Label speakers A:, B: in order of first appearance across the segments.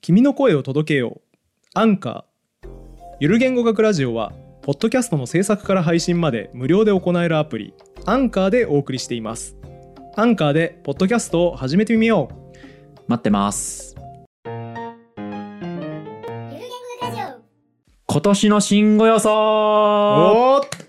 A: 君の声を届けよう。アンカー。ゆる言語学ラジオは、ポッドキャストの制作から配信まで無料で行えるアプリ、アンカーでお送りしています。アンカーで、ポッドキャストを始めてみよう。
B: 待ってます
C: ゆる言語ラジオ
B: 今年の新語予想
A: おー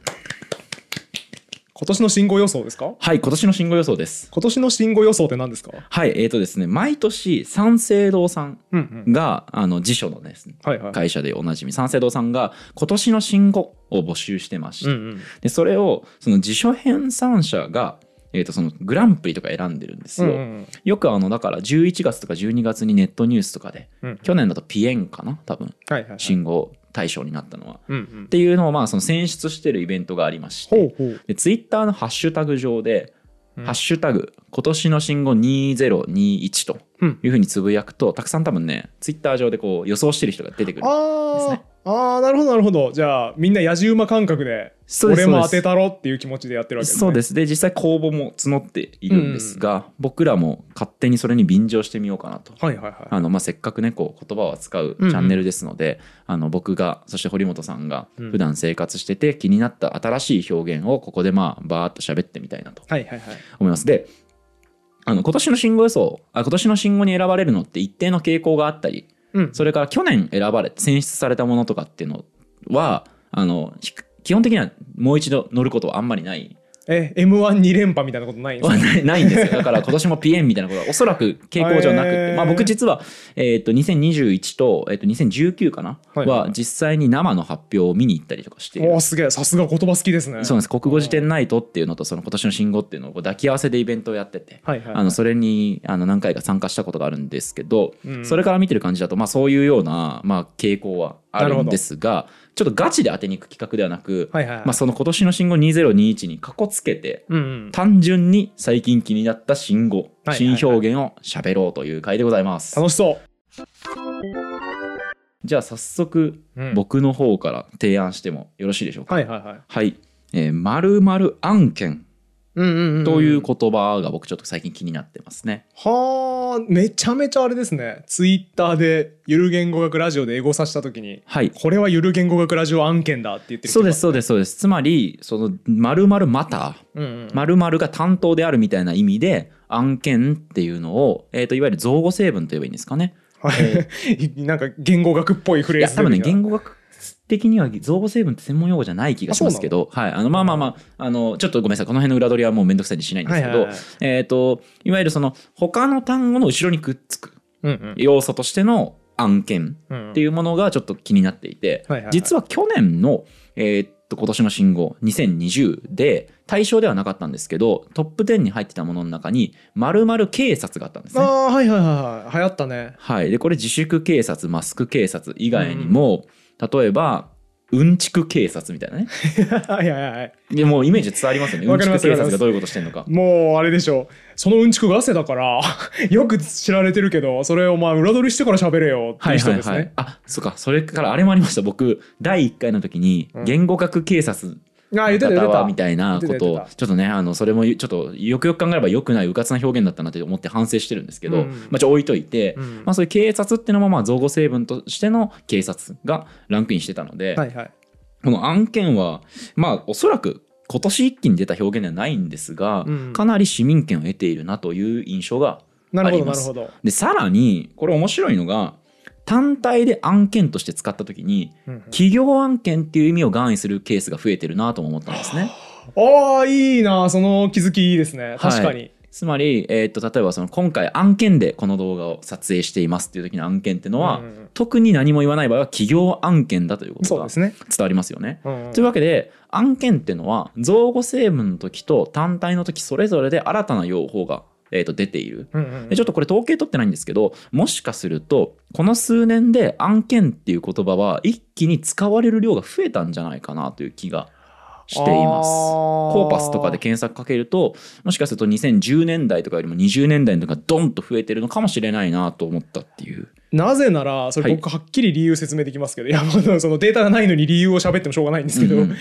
A: 今年の新語予想ですか
B: はい今年の新語予想です
A: 今年の新語予想って何ですか
B: はいえーとですね毎年三省堂さん
A: うんうん。
B: があの辞書のですね
A: はいはい。
B: 会社でおなじみ三省堂さんが今年の新語を募集してまして、
A: うんうん。
B: でそれをその辞書編纂者が、えー、とそのグランプリとか選んでるんです
A: うん
B: よ、
A: うん
B: よくあのだから11月とか12月にネットニュースとかで
A: うん。
B: 去年だとピエンかな多分
A: はいはいはい。
B: 新語大賞になったのは。
A: うんう
B: っ
A: ん。
B: ていうのをまあその選出してるイベントがありまし
A: ほ
B: て
A: うほう。
B: でツイッターのハッシュタグ上で「
A: うん
B: ハッシュタグ今年の新語2021」と
A: うん
B: いうふうにつぶやくとたくさん多分ねツイッター上でこう予想してる人が出てくる
A: あー、
B: ですね
A: あーなるほどなるほどじゃあみんなやじ馬感覚で
B: そうです
A: 俺も当
B: そうです
A: てたろっていう気持ちでやってるわけです、ね、
B: そうですで実際公募も募っているんですが、僕らも勝手にそれに便乗してみようかなと。
A: はいはいは
B: あのまあ、せっかくねこう言葉を扱う
A: う
B: チ
A: んうん
B: ャンネルですので、あの僕がそして堀本さんが
A: うん
B: 普段生活してて気になった新しい表現をここでまあバーっと喋ってみたいなと
A: いはいはいはい
B: 思います。であの今年の新語予想あ今年の新語に選ばれるのって一定の傾向があったり
A: うん
B: それから去年選ばれ選出されたものとかっていうのはあのひ基本的にはもう一度乗ることはあんまりない
A: え m 1 2連覇みたいなことないんです
B: は
A: か
B: ないないんですよだから今年もピエンみたいなことはおそらく傾向上なくって、
A: へー
B: まあ、僕実は、えー、と2021と,、えー、と2019かな、
A: は
B: はい
A: はいはい
B: 実際に生の発表を見に行ったりとかしている
A: おーすげえさすが言葉好きですね
B: そうなんです国語辞典ナイトっていうのとその今年の新語っていうのをこう抱き合わせでイベントをやってて。
A: はいはい
B: あのそれにあの何回か参加したことがあるんですけど、
A: うん
B: それから見てる感じだと、まあ、そういうような、まあ、傾向はあるんですがちょっとガチで当てにいく企画ではなく、
A: はいはいはい、
B: まあ、その今年の新語2021にかこつけて
A: うんうん、
B: 単純に最近気になった新語、
A: はい
B: 新表現を喋ろうという回でございます。
A: 楽しそう、
B: じゃあ早速
A: うん
B: 僕の方から提案してもよろしいでしょうか。
A: はいはいはい
B: はい。えー、〇〇案件
A: うんうん、うん、
B: という言葉が僕ちょっと最近気になってますね。
A: はあめちゃめちゃあれですねツイッターでゆる言語学ラジオでエゴさした時に
B: はい。
A: これはゆる言語学ラジオ案件だって言ってる人
B: そう
A: が
B: ですそうですそうです。つまりその〇〇また
A: うんうん
B: 〇〇が担当であるみたいな意味で案件っていうのを、えー、といわゆる造語成分と言えばいいんですかね。
A: はい、 なんか言語学っぽいフ
B: い
A: レー
B: や
A: ズ
B: 多分ね
A: 出てきた
B: 言語学的には造語成分って専門用語じゃない気がしますけどはい、あのまあまあまああのちょっとごめんなさいこの辺の裏取りはもうめんどくさいんでしないんですけど、
A: はいはいはい
B: えっ、といわゆるその他の単語の後ろにくっつく
A: うんうん
B: 要素としての案件
A: うん
B: っていうものがちょっと気になっていて、
A: はいはいはい
B: 実は去年のえーっと今年の新語2020で対象ではなかったんですけどトップ10に入ってたものの中に〇〇警察があったんですね。
A: ああーはいはいはいはい流行ったね
B: はい、でこれ自粛警察マスク警察以外にも、例えばうんちく警察みたいなね
A: はいはいはい
B: でもうイメージ伝わりますよねう
A: わ
B: ん
A: か
B: ち
A: り
B: く
A: ます
B: 警察がどういうことしてんのか
A: もうあれでしょそのうんちくが汗だから よく知られてるけどそれをまあ裏取りしてから喋れよって
B: は
A: いう
B: い
A: 人
B: は
A: で
B: い
A: すね、
B: はいあそっかそれからあれもありました僕第1回の時に
A: うん
B: 言語学警察
A: ああ言
B: の
A: ってた言
B: 方
A: って
B: は
A: た
B: みたいなこ
A: 言ってた
B: と
A: 言
B: を
A: って
B: ちょっとねあのそれもちょっとよくよく考えれば良くないうかつな表現だったなって思って反省してるんですけど、
A: うん
B: まあちょっと置いといて、
A: うん
B: まあ、そういう警察っていうのもまあ造語成分としての警察がランクインしてたので、
A: はいはい
B: この案件はまあおそらく今年一気に出た表現ではないんですが、
A: うん
B: かなり市民権を得ているなという印象が
A: なるほど
B: あり
A: な
B: ま
A: る
B: す
A: ほど
B: でさらにこれ面白いのが単体で案件として使った時に
A: うんうん
B: 企業案件っていう意味を含意するケースが増えてるなとも思ったんですね。
A: ああいいなその気づきいいですね確かに、
B: つまり、えーっと例えばその今回案件でこの動画を撮影していますっていう時の案件っていうのは、
A: うんうん
B: 特に何も言わない場合は企業案件だということ
A: そう
B: が
A: で
B: 伝
A: すね、
B: わりますよね。
A: うんうん
B: というわけで案件っていうのは造語成分の時と単体の時それぞれで新たな用法が、えー、と出ている。
A: うんうん
B: でちょっとこれ統計取ってないんですけどもしかするとこの数年で案件っていう言葉は一気に使われる量が増えたんじゃないかなという気がしています。コーパスとかで検索かけるともしかすると2010年代とかよりも20年代とかドンと増えてるのかもしれないなと思ったっていう
A: なぜならそれ僕はっきり理由説明できますけど、い、やまだそのデータがないのに理由を喋ってもしょうがないんですけど、
B: うんうん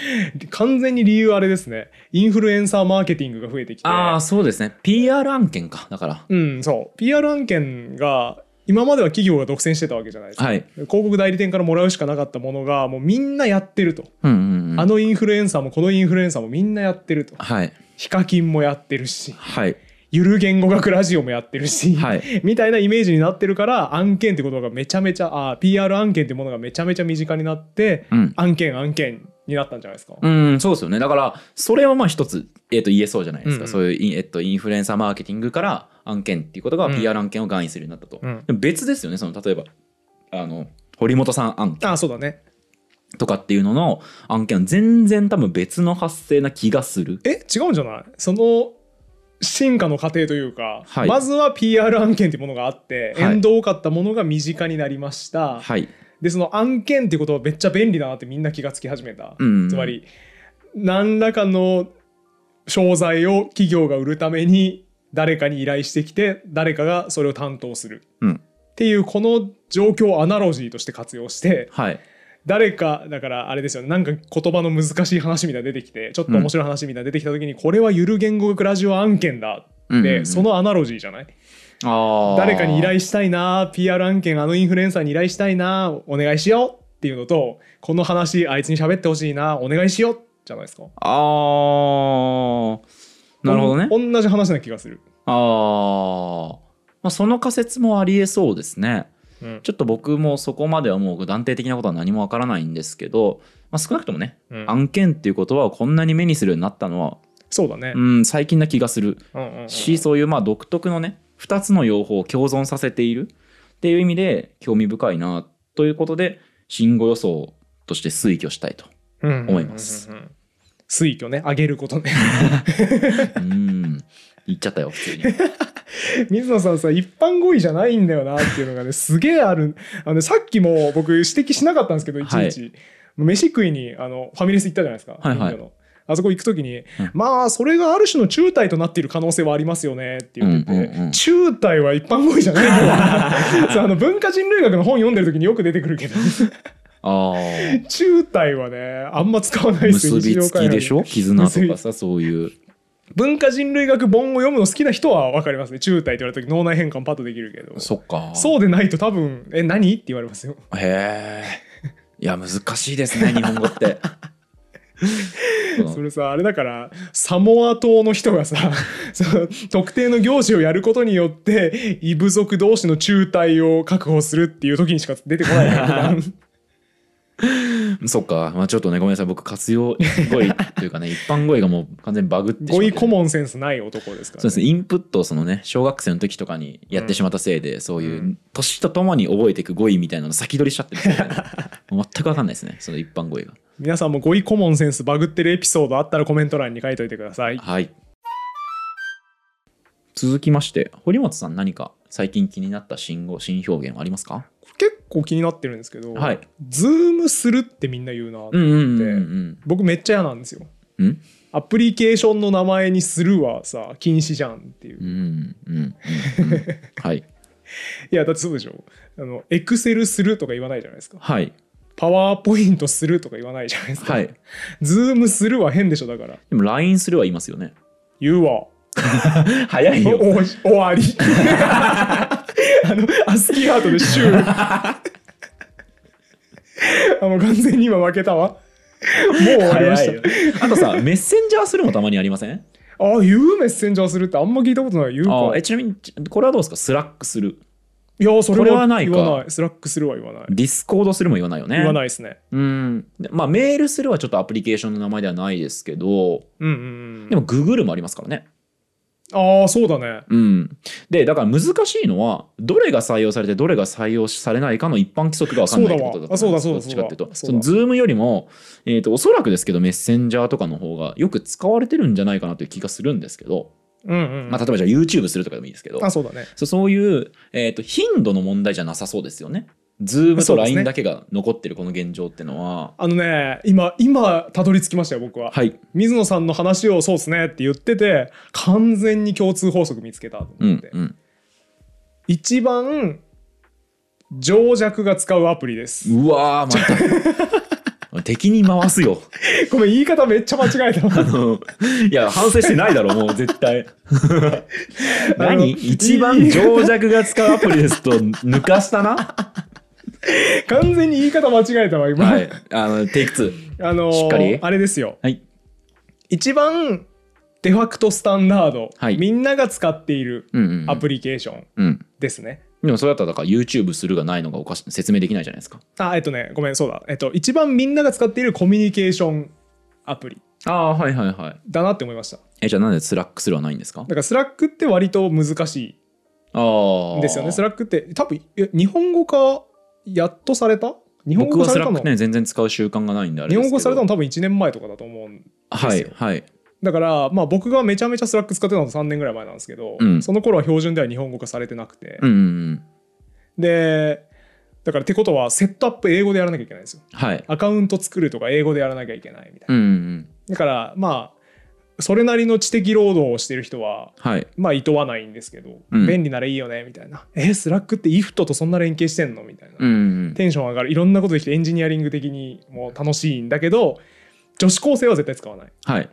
A: 完全に理由あれですねインフルエンサーマーケティングが増えてきて
B: ああそうですね PR 案件かだから
A: うんそう PR 案件が今までは企業が独占してたわけじゃないですか、
B: はい。
A: 広告代理店からもらうしかなかったものがもうみんなやってると、
B: うんうんうん。
A: あのインフルエンサーもこのインフルエンサーもみんなやってると
B: はい。
A: ヒカキンもやってるし
B: はい。
A: ゆる言語学ラジオもやってるし、
B: はい。
A: みたいなイメージになってるから案件ってことがめちゃめちゃあ PR 案件ってものがめちゃめちゃ身近になって
B: うん。
A: 案件案件になったんじゃないですか、
B: うん、そうですよね。だから、それはまあ一つ、えっ、と、言えそうじゃないですか。
A: うんうん
B: そういうイン、えっ、と、インフルエンサーマーケティングから案件っていうことが
A: うん
B: PR 案件を含意するようになったと。
A: うん
B: でも別ですよね。その、例えば、あの、堀本さん案件
A: あそうだね
B: とかっていうのの案件は全然多分別の発生な気がする。
A: え違うんじゃないその進化の過程というか、
B: はい
A: まずは PR 案件っていうものがあって、
B: は
A: 遠
B: い
A: 遠かったものが身近になりました、
B: はい。
A: でその案件っていうことはめっちゃ便利だなってみんな気がつき始めた、
B: うん
A: つまり何らかの商材を企業が売るために誰かに依頼してきて誰かがそれを担当する、
B: うん
A: っていうこの状況をアナロジーとして活用して
B: はい。
A: 誰かだからあれですよねなんか言葉の難しい話みたいなの出てきてちょっと面白い話みたいなの出てきた時に、これはゆる言語学ラジオ案件だ
B: う
A: っ
B: んうん
A: て、
B: うん
A: そのアナロジーじゃない
B: あー
A: 誰かに依頼したいな PR 案件あのインフルエンサーに依頼したいなお願いしようっていうのとこの話あいつに喋ってほしいなお願いしようじゃないですか
B: あーなるほどね
A: おん同じ話な気がする、
B: あー、まあその仮説もありえそうですね
A: うん
B: ちょっと僕もそこまではもう断定的なことは何もわからないんですけど、まあ、少なくともね、
A: うん
B: 案件っていう言葉をこんなに目にするようになったのは、
A: そうだね
B: う、ん、最近な気がする
A: うんうんうん
B: しそういうまあ独特のね2つの用法を共存させているっていう意味で興味深いなということで新語予想として推挙したいと。
A: うんうんうん
B: 思います
A: うんうん推挙ね上げることね
B: うん言っちゃったよ普通に。
A: 水野さんさ一般語彙じゃないんだよなっていうのがねすげえあるあの、ね、さっきも僕指摘しなかったんですけどいちいち、飯食いにあのファミレス行ったじゃないですか、
B: はいはい
A: 近所のあそこ行く時に、
B: ん
A: まあそれがある種の中体となっている可能性はありますよねって言ってて、
B: うんうんうん
A: 中体は一般語彙じゃないん だよそうあの文化人類学の本読んでる時によく出てくるけど
B: あ ー
A: 中体はねあんま使わないですよ
B: 結びつきでしょ絆とか さそういう。
A: 文化人類学本を読むの好きな人は分かりますね中体って言われた時脳内変換パッとできるけど
B: そっか。
A: そうでないと多分「え何?」って言われますよ
B: へえ。いや難しいですね日本語 って。
A: それさあれだからサモア島の人がさ その特定の行事をやることによって異部族同士の中体を確保するっていう時にしか出てこないから 普段
B: そっか、まあ、ちょっとねごめんなさい僕活用語彙というかね一般語彙がもう完全にバグってしま
A: 語
B: って
A: 彙コモンセンスない男ですから、
B: そ
A: ね、
B: うですねインプットをそのね小学生の時とかにやってしまったせいで、そういうう年とともに覚えていく語彙みたいなの先取りしちゃってるんですよね もう全く分かんないですねその一般語彙が
A: 皆さんも語彙コモンセンスバグってるエピソードあったらコメント欄に書いといてください
B: はい続きまして堀本さん何か最近気になった新語新表現はありますか
A: 結構気になってるんですけど、
B: はい
A: ズームするってみんな言うな、
B: うんうんうん
A: 僕めっちゃ嫌なんですよ
B: うんうん
A: アプリケーションの名前にするはさ禁止じゃんっていう、
B: うんう
A: い
B: んうんうん はい
A: やだってそうでしょあのエクセルするとか言わないじゃないですか
B: はい
A: パワーポイントするとか言わないじゃないですか、
B: はい
A: ズームするは変でしょだから
B: でも LINE するは言いますよね
A: 言うわ
B: 早いよ
A: お終わりあのアスキーハートでシ ューあの完全に今負けたわもう終わりました
B: あとさ、メッセンジャーするもたまにありません
A: ああ、言うメッセンジャーするってあんま聞いたことない。言う
B: あ
A: か。
B: えちなみに、これはどうですかスラックする。
A: いや、そ
B: こ
A: れ
B: れ
A: は
B: はないか
A: 言わない。スラックするは言わない。
B: ディスコードするも言わないよね。
A: 言わ
B: い。
A: ないですね。
B: うん。でまあ、メールするはちょっとアプリケーションの名前ではないですけど、
A: うんうんう
B: で
A: ん。
B: も、ググるもありますからね。
A: ああ、そうだね。
B: うん。で、だから難しいのは、どれが採用されて、どれが採用されないかの一般規則が分かんないってことだった
A: そうだわあそうだ
B: どっちかっていうと、
A: そうだそうだ
B: そのズームよりも、えっ、と、おそらくですけど、メッセンジャーとかの方がよく使われてるんじゃないかなという気がするんですけど、
A: うんうん。
B: まあ、例えばじゃあ YouTube するとかでもいいですけど、
A: あ、そうだね。
B: そうそういう、えー、と頻度の問題じゃなさそうですよね。ズーム
A: そ
B: と
A: うですね
B: LINE だけが残ってるこの現状ってのは。
A: あのね、今、今、たどり着きましたよ、僕は。
B: はい。
A: 水野さんの話をそうっすねって言ってて、完全に共通法則見つけたと
B: う
A: 思っ
B: ん
A: て。
B: うん。
A: 一番、情弱が使うアプリです。
B: うわー、また。敵に回すよ。
A: ごめん言い方めっちゃ間違えた
B: あのいや、反省してないだろ、もう絶 対。何一番情弱が使うアプリですと、抜かしたな。
A: 完全に言い方間違えたわ今、
B: はい。あの、テイク2。
A: あのー
B: しっかり
A: あれですよ
B: はい。
A: 一番デファクトスタンダード、
B: はい
A: みんなが使っている
B: うん、うん。
A: アプリケーション
B: うん。
A: ですね、
B: でもそれだったらだから YouTube するがないのがおかし説明できないじゃないですか。
A: あえっとねごめんそうだえっと一番みんなが使っているコミュニケーションアプリ
B: ああはいはいはい。
A: だなって思いましただ
B: えじゃあなんでスラックするはないんですか
A: からスラックって割と難し
B: あ
A: い
B: あ。
A: んですよねス
B: ラッ
A: ラックって多分え日本語化やっとされた日本
B: 僕
A: 語化
B: は
A: さ
B: ス
A: れ
B: ラ
A: た
B: ッ
A: の、
B: クね全然使う習慣がないんであれ
A: 日
B: で
A: 本
B: すけど。
A: 語化されたの多分1年前とかだと思うん
B: は
A: です
B: い
A: よ
B: はい。
A: だからまあ僕がめちゃめちゃスラック使ってたの3年ぐらい前なんですけど、
B: うん
A: その頃は標準では日本語化されてなくて、
B: うんうんうん。
A: でだからってことはセットアップ英語でやらなきゃいけないんですよ
B: はい。
A: アカウント作るとか英語でやらなきゃいけないみたいな
B: うんうんうん。
A: だからまあそれなりの知的労働をしてる人は
B: はい。
A: まあ厭わないんですけど、
B: うん
A: 便利ならいいよねみたいなえスラックって IFT とそんな連携してんのみたいな、
B: うんうん
A: テンション上がるいろんなことできてエンジニアリング的にもう楽しいんだけど女子高生は絶対使わないっ
B: はい。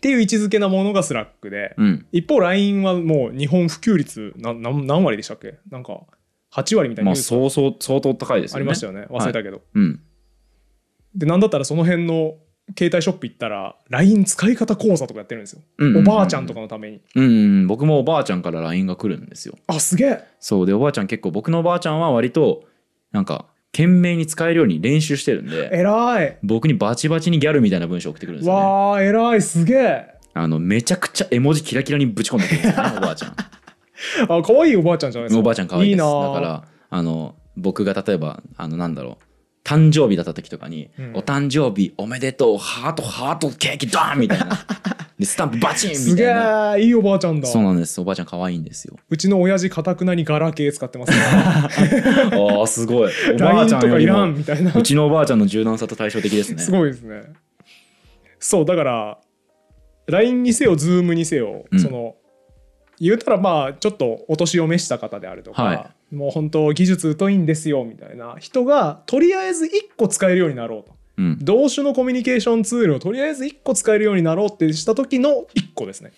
A: ていう位置づけなものがスラックで、
B: うん。
A: 一方 LINE はもう日本普及率ななん何割でしたっけなんか8割みたいな
B: まあ
A: ニュース
B: そうそう相当高いですよ
A: あ
B: ね。
A: りましたよね忘れたけど、
B: うん。
A: でなんだったらその辺の携帯ショップ行ったら LINE 使い方講座とかやってるんですよ、
B: うんうんうん
A: おばあちゃんとかのために
B: うんうん。僕もおばあちゃんから LINE が来るんですよ。
A: あすげえ
B: そうでおばあちゃん結構僕のおばあちゃんは割となんか懸命に使えるように練習してるんで。
A: えらい
B: 僕にバチバチにギャルみたいな文章送ってくるんですよ、ね、
A: わあえらいすげえ
B: あのめちゃくちゃ絵文字キラキラにぶち込んでくるんですよねおばあちゃん
A: あ可愛いおばあちゃんじゃないですか
B: おばあちゃん可愛いです
A: なあ
B: だからあの僕が例えばあのなんだろう誕生日だった時とかに「
A: うん
B: お誕生日おめでとうハートハートケーキドーン!」みた いなでスタンプバチン
A: す
B: み
A: げ
B: たいな
A: えいいおばあちゃんだ
B: そうなんですおばあちゃん可愛いんですよ
A: うちの親父かたくなにガラケー使って ますね
B: あーすごいおばあ
A: LINE
B: ちゃ
A: と
B: んよ
A: かい
B: り
A: ら
B: も
A: んみたいな
B: うちのおばあちゃんの柔軟さと対照的ですね
A: すごいですねそうだから LINE にせよ Zoom にせよ、
B: うん
A: その言うたらまあちょっとお年を召した方であるとか、
B: は
A: もう本当技術疎いんですよみたいな人がとりあえず1個使えるようになろうと
B: うん、
A: 同種のコミュニケーションツールをとりあえず1個使えるようになろうってした時の1個ですね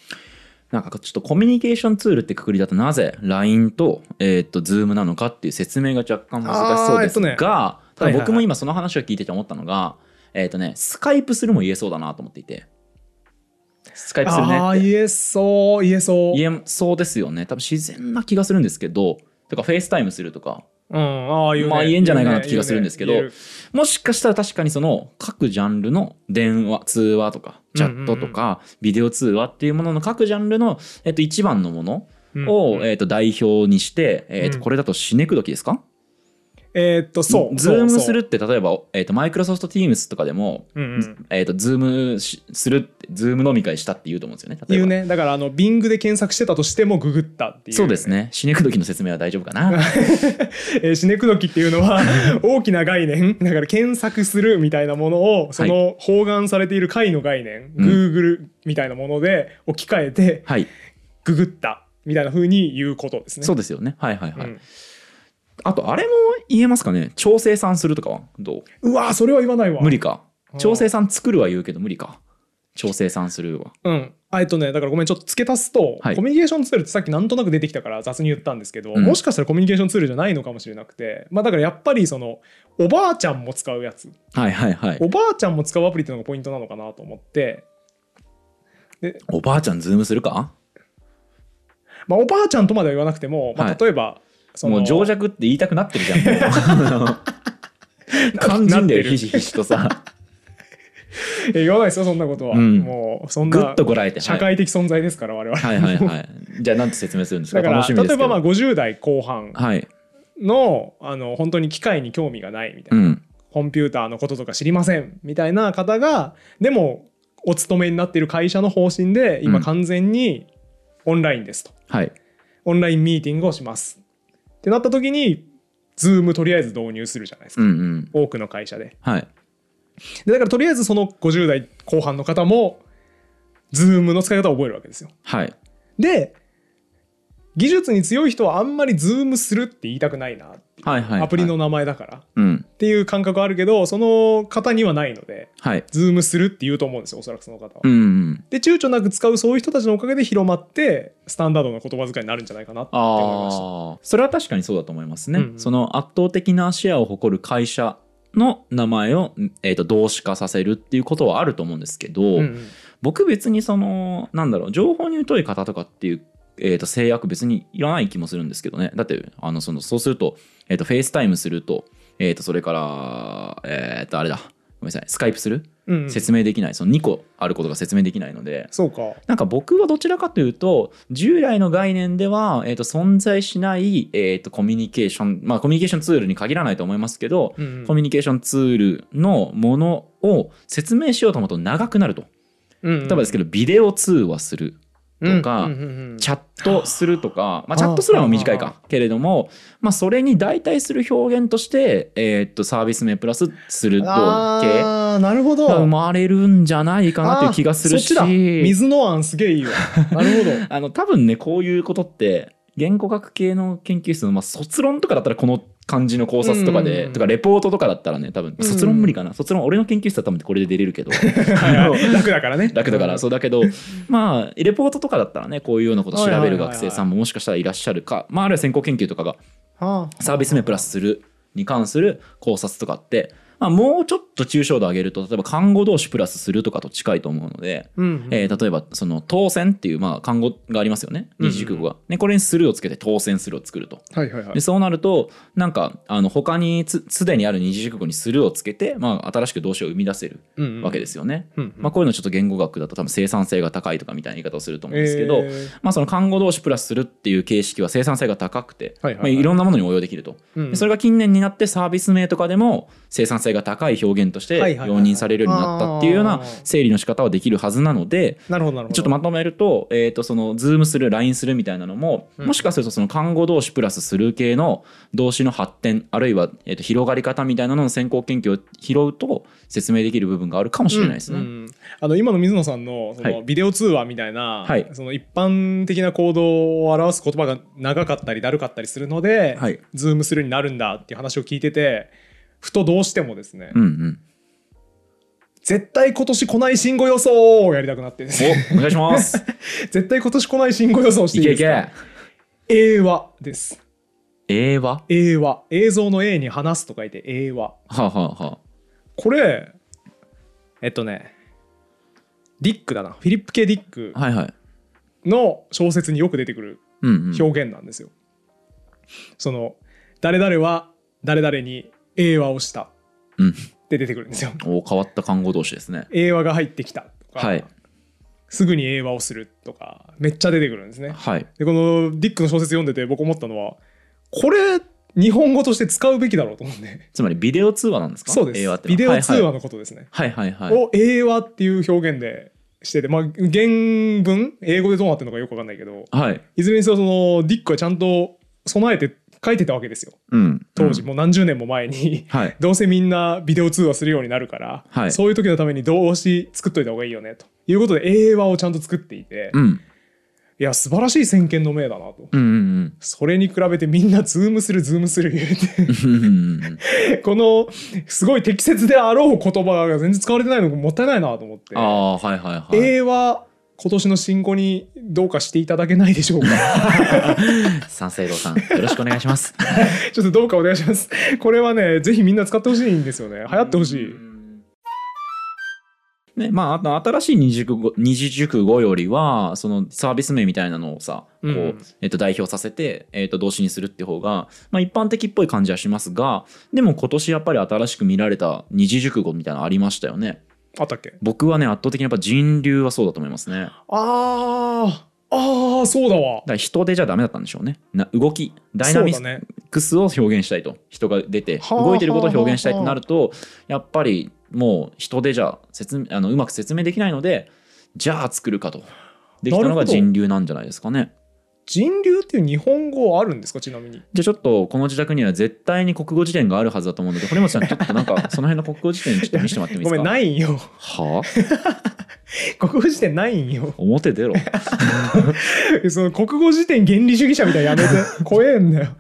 B: なんかちょっとコミュニケーションツールってくくりだとなぜ LINE と,、えーっと Zoom なのかっていう説明が若干難しそうです
A: あーえっと
B: が、た
A: はいはいはい
B: だ僕も今その話を聞いてて思ったのが、えーっとねスカイプするも言えそうだなと思っていてスカイプする
A: ああ
B: ねって
A: 言えそう言えそう
B: 言えそうですよね多分自然な気がするんですけどとかフェイスタイムするとか
A: うん、ああ言うね
B: まあ言えんじゃないかなって気がするんですけど
A: 言うね
B: もしかしたら確かにその各ジャンルの電話通話とかチャットとかビデオ通話っていうものの各ジャンルの、えっと、一番のもの
A: 言える
B: を、
A: うん
B: えー、と代表にして、えー、
A: う
B: と
A: ん
B: これだと死ねく時ですか、
A: えーっとそう
B: ズー
A: そう
B: ム
A: そう
B: するって例えば、えー、とマイクロソフト Teams とかでも、
A: うんうん
B: えー、とズームしするってズーム飲み会したって言うと思うんですよね例え
A: 言
B: ば
A: うねだからあの Bing で検索してたとしてもググったっていう、
B: そうですね死ねく時の説明は大丈夫 かな
A: えー、シネクドキっていうの は大きな概念だから検索するみたいなものをその包含されている解の概念、
B: うん
A: Google みたいなもので置き換えて
B: はい
A: ググったみたいな風に言うことですね。
B: そうですよねはいはいは
A: う
B: い、
A: ん
B: あとあれも言えますかね調整さんするとかはどう
A: うわーそれは言わないわ。
B: 無理か
A: あー
B: 調整さん作るは言うけど無理か調整さんするは
A: うん、あえっとねだからごめんちょっと付け足すと、
B: はい
A: コミュニケーションツールってさっきなんとなく出てきたから雑に言ったんですけど、
B: うん
A: もしかしたらコミュニケーションツールじゃないのかもしれなくて、まあ、だからやっぱりそのおばあちゃんも使うやつ
B: はいはいはい
A: おばあちゃんも使うアプリっていうのがポイントなのかなと思って、
B: おばあちゃんズームするか
A: まあ、おばあちゃんとまでは言わなくても、ま
B: は
A: あ、
B: い
A: 例えば、その
B: もう情弱って言いたくなって るじゃんもうあの肝心だよひしひしと さ
A: え言わないですよそんなことは、
B: うん
A: もうそん
B: グッ
A: な
B: とこらえ て
A: 社会的存在ですから我々、
B: はいはいはいはいじゃあ何て説明するんですか
A: だか
B: 楽
A: ら
B: しみで
A: 例え
B: すけ
A: ばまあ
B: ど
A: 50代後半
B: はい
A: のあの本当に機械に興味がないみたいな
B: う。ん
A: コンピューターのこととか知りませんみたいな方がでもお勤めになっている会社の方針で
B: う
A: 今
B: ん
A: 完全にオンラインですと、
B: はい
A: オンラインミーティングをしますってなった時に Zoom とりあえず導入するじゃないです
B: う
A: か、
B: んうん
A: 多くの会社で
B: はい
A: でだからとりあえずその50代後半の方も Zoom の使い方を覚えるわけですよ
B: はい
A: で技術に強い人はあんまり Zoom するって言いたくないな
B: はいはいはい
A: アプリの名前だから、
B: うん
A: っていう感覚はあるけどその方にはないので
B: はい。
A: ズームするって言うと思うんですよおそらくその方は。
B: うんうん。
A: で躊躇なく使うそういう人たちのおかげで広まってスタンダードな言葉遣いになるんじゃないかなって思いました。
B: ああ。それは確かにそうだと思いますね。
A: うんうん
B: その圧倒的なシェアを誇る会社の名前を、えー、と動詞化させるっていうことはあると思うんですけど、
A: うんうん
B: 僕別にそのなんだろう情報に疎い方とかっていう、えー、と制約別にいらない気もするんですけどねだってあのそのそうすると,、えー、とフェイスタイムすると,、えー、とそれからえっ、とあれだごめんなさいスカイプする
A: うんうん
B: 説明できないその2個あることが説明できないので
A: そうか。
B: なんか僕はどちらかというと従来の概念では、えー、と存在しない、えー、とコミュニケーションまあコミュニケーションツールに限らないと思いますけど、
A: うんうん
B: コミュニケーションツールのものを説明しようと思うと長くなると。
A: うんうん
B: 例えばですけどビデオ通話するとか
A: うんうんうんうん
B: チャットするとか、まあ、チャットするのは短い
A: あー
B: かけれども、まあ、それに代替する表現として、えーっとサービス名プラスすると系
A: あーなるほど。
B: が生まれるんじゃないかなという気がするし
A: あーそっちだ 水の案すげえいいわ。なるほど。
B: あの多分ねこういうことって言語学系の研究室の、まあ、卒論とかだったらこの漢字の考察とかで、
A: うん
B: とかレポートとかだったらね多分
A: うん
B: 卒論無理かな、卒論俺の研究室は多分これで出れるけどあの
A: 楽だからね。
B: 楽だから、そうだけ どまあレポートとかだったらねこういうようなことを調
A: はいは
B: べ
A: いは
B: る
A: いはい
B: 学生さんももしかしたらいらっしゃるか、まあ、あるいは先行研究とかが
A: うん。はあ
B: サービス名プラスするに関する考察とかって、まあ、もうちょっと抽象度上げると例えば看護同士プラスするとかと近いと思うので、
A: うんうん
B: えー例えばその当選っていうまあ看護がありますよね二字熟語が、ね、これにするをつけて当選するを作ると
A: はいはいはい。
B: で。そうなるとなんかあの他につすでにある二字熟語にするをつけて、まあ、新しく動詞を生み出せるわけですすよね、
A: うんうん
B: まあ、こういうのちょっと言語学だと多分生産性が高いとかみたいな言い方をすると思うんですけど、
A: えー
B: まあ、その看護同士プラスするっていう形式は生産性が高くて、
A: はいはい
B: まあ、
A: はい
B: いろんなものに応用できると、
A: うん
B: でそれが近年になってサービス名とかでも生産性が高い表現とし
A: はい
B: て
A: はいはい
B: 容認されるようになったっていうような
A: あー
B: 整理の仕方はできるはずなので
A: なるほどなるほど。
B: ちょっとまとめると,、えー、とそのズームする LINE するみたいなのも、
A: うん
B: もしかするとその看護同士プラスする系の動詞の発展あるいは、えー、と広がり方みたいなのの先行研究を拾うと説明できる部分があるかもしれないですね。
A: うんうんあの今の水野さんのその、
B: はい
A: ビデオ通話みたいな、
B: はい
A: その一般的な行動を表す言葉が長かったりだるかったりするので、
B: はい
A: ズームするになるんだっていう話を聞いててふとどうしてもですね、
B: うんうん
A: 絶対今年来ない新語予想をやりたくなってですね
B: おお願い します。
A: 絶対今年来ない新語予想して
B: い
A: いい
B: け
A: で
B: い
A: す
B: け
A: か。映話です
B: 映話は
A: 映話映像の A に話すと書いて映話
B: あ、はあはあ、
A: これえっとねディックだなフィリップ・ケ・ディック
B: はいはい。
A: の小説によく出てくる
B: うん、うん。
A: 表現なんですよ。その誰々は誰々に映話をしたっ
B: うん。
A: て出てくるんですよ。
B: お変わった看護同士ですね。
A: 映話が入ってきたとか、
B: はい。
A: すぐに映話をするとかめっちゃ出てくるんですね。
B: はい。
A: でこのディックの小説読んでて僕思ったのはこれ日本語として使うべきだろうと思うんで
B: つまりビデオ通話なんですか
A: そうで
B: 映話っ
A: す
B: て
A: ビデ
B: のは
A: オ通話のことですね。
B: はいはいはい。はいはい
A: を映話っていう表現でしてて、まあ、原文英語でどうなってるのかよくわかんないけど
B: はい。
A: いずれにせよそのディックはちゃんと備えて書いてたわけですよ。
B: うん。
A: 当時
B: うん
A: もう何十年も前に、
B: はい。
A: どうせみんなビデオ通話するようになるから、
B: はい
A: そういう時のために動詞作っといた方がいいよねということで映話をちゃんと作っていて、
B: う
A: い
B: ん。
A: や素晴らしい先見の明だなと。
B: うんうん
A: それに比べてみんなズームするズームする言う
B: うん。うんう んうん
A: てこのすごい適切であろう言葉が全然使われてないのがもったいないなと思って
B: ああ、はいはいはい。
A: 映話今年の新語にどうかしていただけないでしょうか
B: 三成堂さん、よろしくお願いします。
A: ちょっとどうかお願いしますこれはねぜひみんな使ってほしいんですよね流行ってほしい。
B: ねまあ、あと新しい二字熟語二字熟語よりはそのサービス名みたいなのをさこう、
A: うん
B: えっと、代表させて、えっと、動詞にするって方が、まあ、一般的っぽい感じはしますがでも今年やっぱり新しく見られた二字熟語みたいなのありましたよね
A: あったっけ
B: 僕はね圧倒的にやっぱ人流はそうだと思いますねだか
A: あーあーそうだわ
B: ら人手じゃダメだったんでしょうねな動きダイナミ
A: そうだね
B: ックスを表現したいと人が出て
A: はあ
B: 動いてることを表現したいとなるとやっぱりもう人手じゃ説明あのうまく説明できないのでじゃあ作るかとできたの
A: なるほ
B: が
A: ど
B: 人流なんじゃないですかね
A: 人流っていう日本語あるんですかちなみに
B: じゃあちょっとこの自宅には絶対に国語辞典があるはずだと思うので堀本さんちょっとなんかその辺の国語辞典ちょっと見せてもらってもいい
A: ご め
B: です
A: ん
B: か
A: ないんよ
B: はあ
A: 国語辞典ないんよ
B: 表出ろ
A: その国語辞典原理主義者みたいなやめて怖えんだよ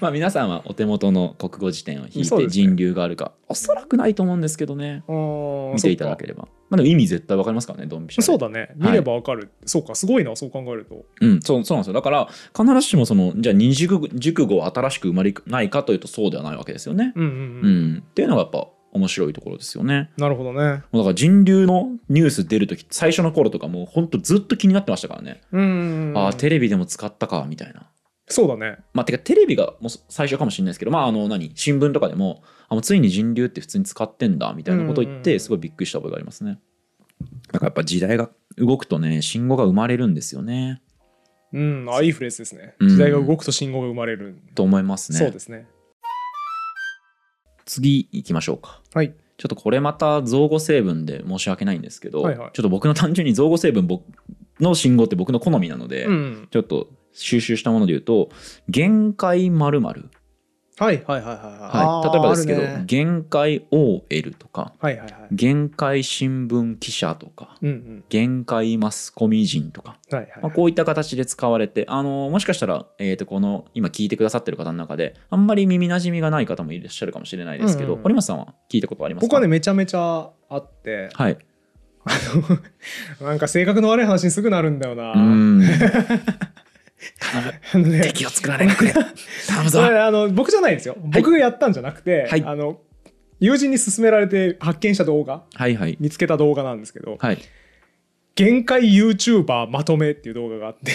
B: まあ皆さんはお手元の国語辞典を引い
A: そう
B: て
A: ですね
B: 人流があるか、おそらくないと思うんですけどね見
A: 見
B: ていただければまあでも意味絶対わかりますからねドンピシャで
A: そうだね見ればわかる、そうかすごいなそう考えると
B: うん、そうそうなんですよだから必ずしもそのじゃあ二熟語熟語は新しく生まれないかというとそうではないわけですよね、
A: うんうん
B: う
A: うんん、
B: っていうのがやっぱ面白いところですよね
A: なるほどね
B: もうだから人流のニュース出るとき最初の頃とかもうほんとずっと気になってましたからね、
A: うんうんうん
B: ああテレビでも使ったかみたいな
A: そうだね
B: まあてかテレビがもう最初かもしれないですけどまああの何新聞とかでもあもうついに人流って普通に使ってんだみたいなことを言
A: う
B: っ
A: んうんう
B: て
A: ん
B: すごいびっくりした覚えがありますねだからやっぱ時代が動くとね新語が生まれるんですよね
A: うんあいいフレーズですね
B: うん
A: 時代が動くと信号が生まれる、
B: と思いますね
A: そうですね
B: 次行きましょうか
A: はい
B: ちょっとこれまた造語成分で申し訳ないんですけど、
A: はいはい
B: ちょっと僕の単純に造語成分僕の信号って僕の好みなので、
A: うん
B: ちょっと収集したもので言うと限界まるはい
A: はいはいはいはいあー
B: 例えばですけど、
A: あるね
B: 限界 OL とか
A: はいはいはい
B: 限界新聞記者とか
A: うんうん
B: 限界マスコミ人とか、
A: はいはい
B: まあ、
A: はい
B: こういった形で使われてあのもしかしたら、えー、とこの今聞いてくださってる方の中であんまり耳なじみがない方もいらっしゃるかもしれないですけど、
A: うんうん
B: 堀本さんは聞いたことありますか
A: 僕はねめちゃめちゃあ って
B: はい、
A: なんか性格の悪い話にすぐなるんだよな
B: うーん
A: あのね
B: 敵を作らないでくれ 頼むぞ
A: それあの僕じゃないですよ僕がやったんじゃなくて、
B: はい
A: あの友人に勧められて発見した動画
B: はいはい
A: 見つけた動画なんですけど
B: はい
A: 「限界 YouTuber まとめ」っていう動画があって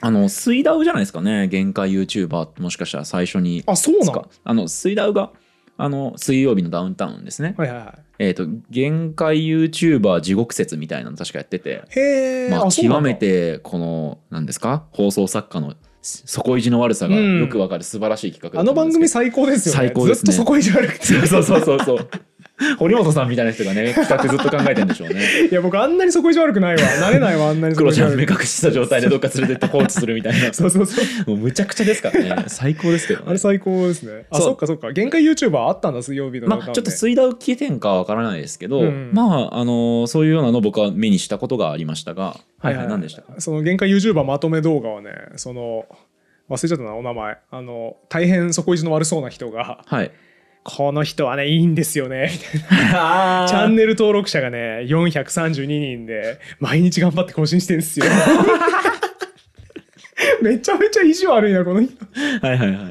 B: あの水ダウじゃないですかね限界 YouTuber ってもしかしたら最初に
A: あそう
B: で
A: な
B: す
A: の
B: かあの水ダウがあの水曜日のダウンタウンですね、
A: はいはいは
B: えっ、と限界 YouTuber 地獄説みたいなの確かやってて
A: いへえ、
B: まあ、
A: そうな
B: 極
A: んだ
B: めてこの何ですか放送作家の底意地の悪さが
A: うん
B: よくわかる素晴らしい企画
A: あ
B: だと
A: の
B: 思うん
A: 番
B: ですけ
A: 組最高
B: ど
A: ですよね
B: 最高ですね
A: ずっとそこいじられて
B: そうそうそうそうそう堀本さんみたいな人がね企画ずっと考えてんでしょうね
A: いや僕あんなにそこいじ悪くないわ慣れないわあんなにそこ
B: 黒
A: いじ
B: ちゃん
A: 悪
B: を目
A: く
B: 隠しした状態でどっか連れてって放置するみたいな
A: そうそうそう
B: もうむちゃくちゃですからね最高ですけど
A: あれ
B: ね
A: 最高ですねあ
B: そう
A: そっかそっか限界 YouTuber あったんだ水曜日の
B: ま
A: 動画
B: あ
A: で
B: ちょっと水道起点かはわからないですけど、
A: うん
B: まああのそういうようなのを僕は目にしたことがありましたがはいはい何でしたか
A: その限界 YouTuber まとめ動画はねその忘れちゃったなお名前あの大変底意地の悪そうな人が
B: はい
A: 「この人はねいいんですよね」みたいな
B: あ
A: チャンネル登録者がね432人で毎日頑張って更新してんすよ めちゃめちゃ意地悪いなこの人
B: はいはいは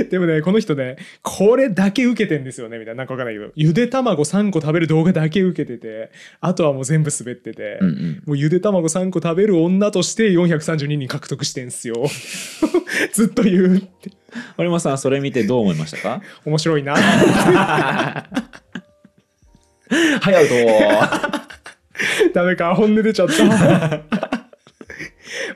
B: い
A: でもねこの人ねこれだけ受けてんですよねみたいななんかわかんないけどゆで卵3個食べる動画だけ受けててあとはもう全部滑ってて、
B: うんうん
A: もうゆで卵3個食べる女として432人獲得してんすよ ずっと言うって
B: 堀本さんはそれ見てどう思いました か
A: 面白いな
B: はいアウト
A: ダメか本音出ちゃった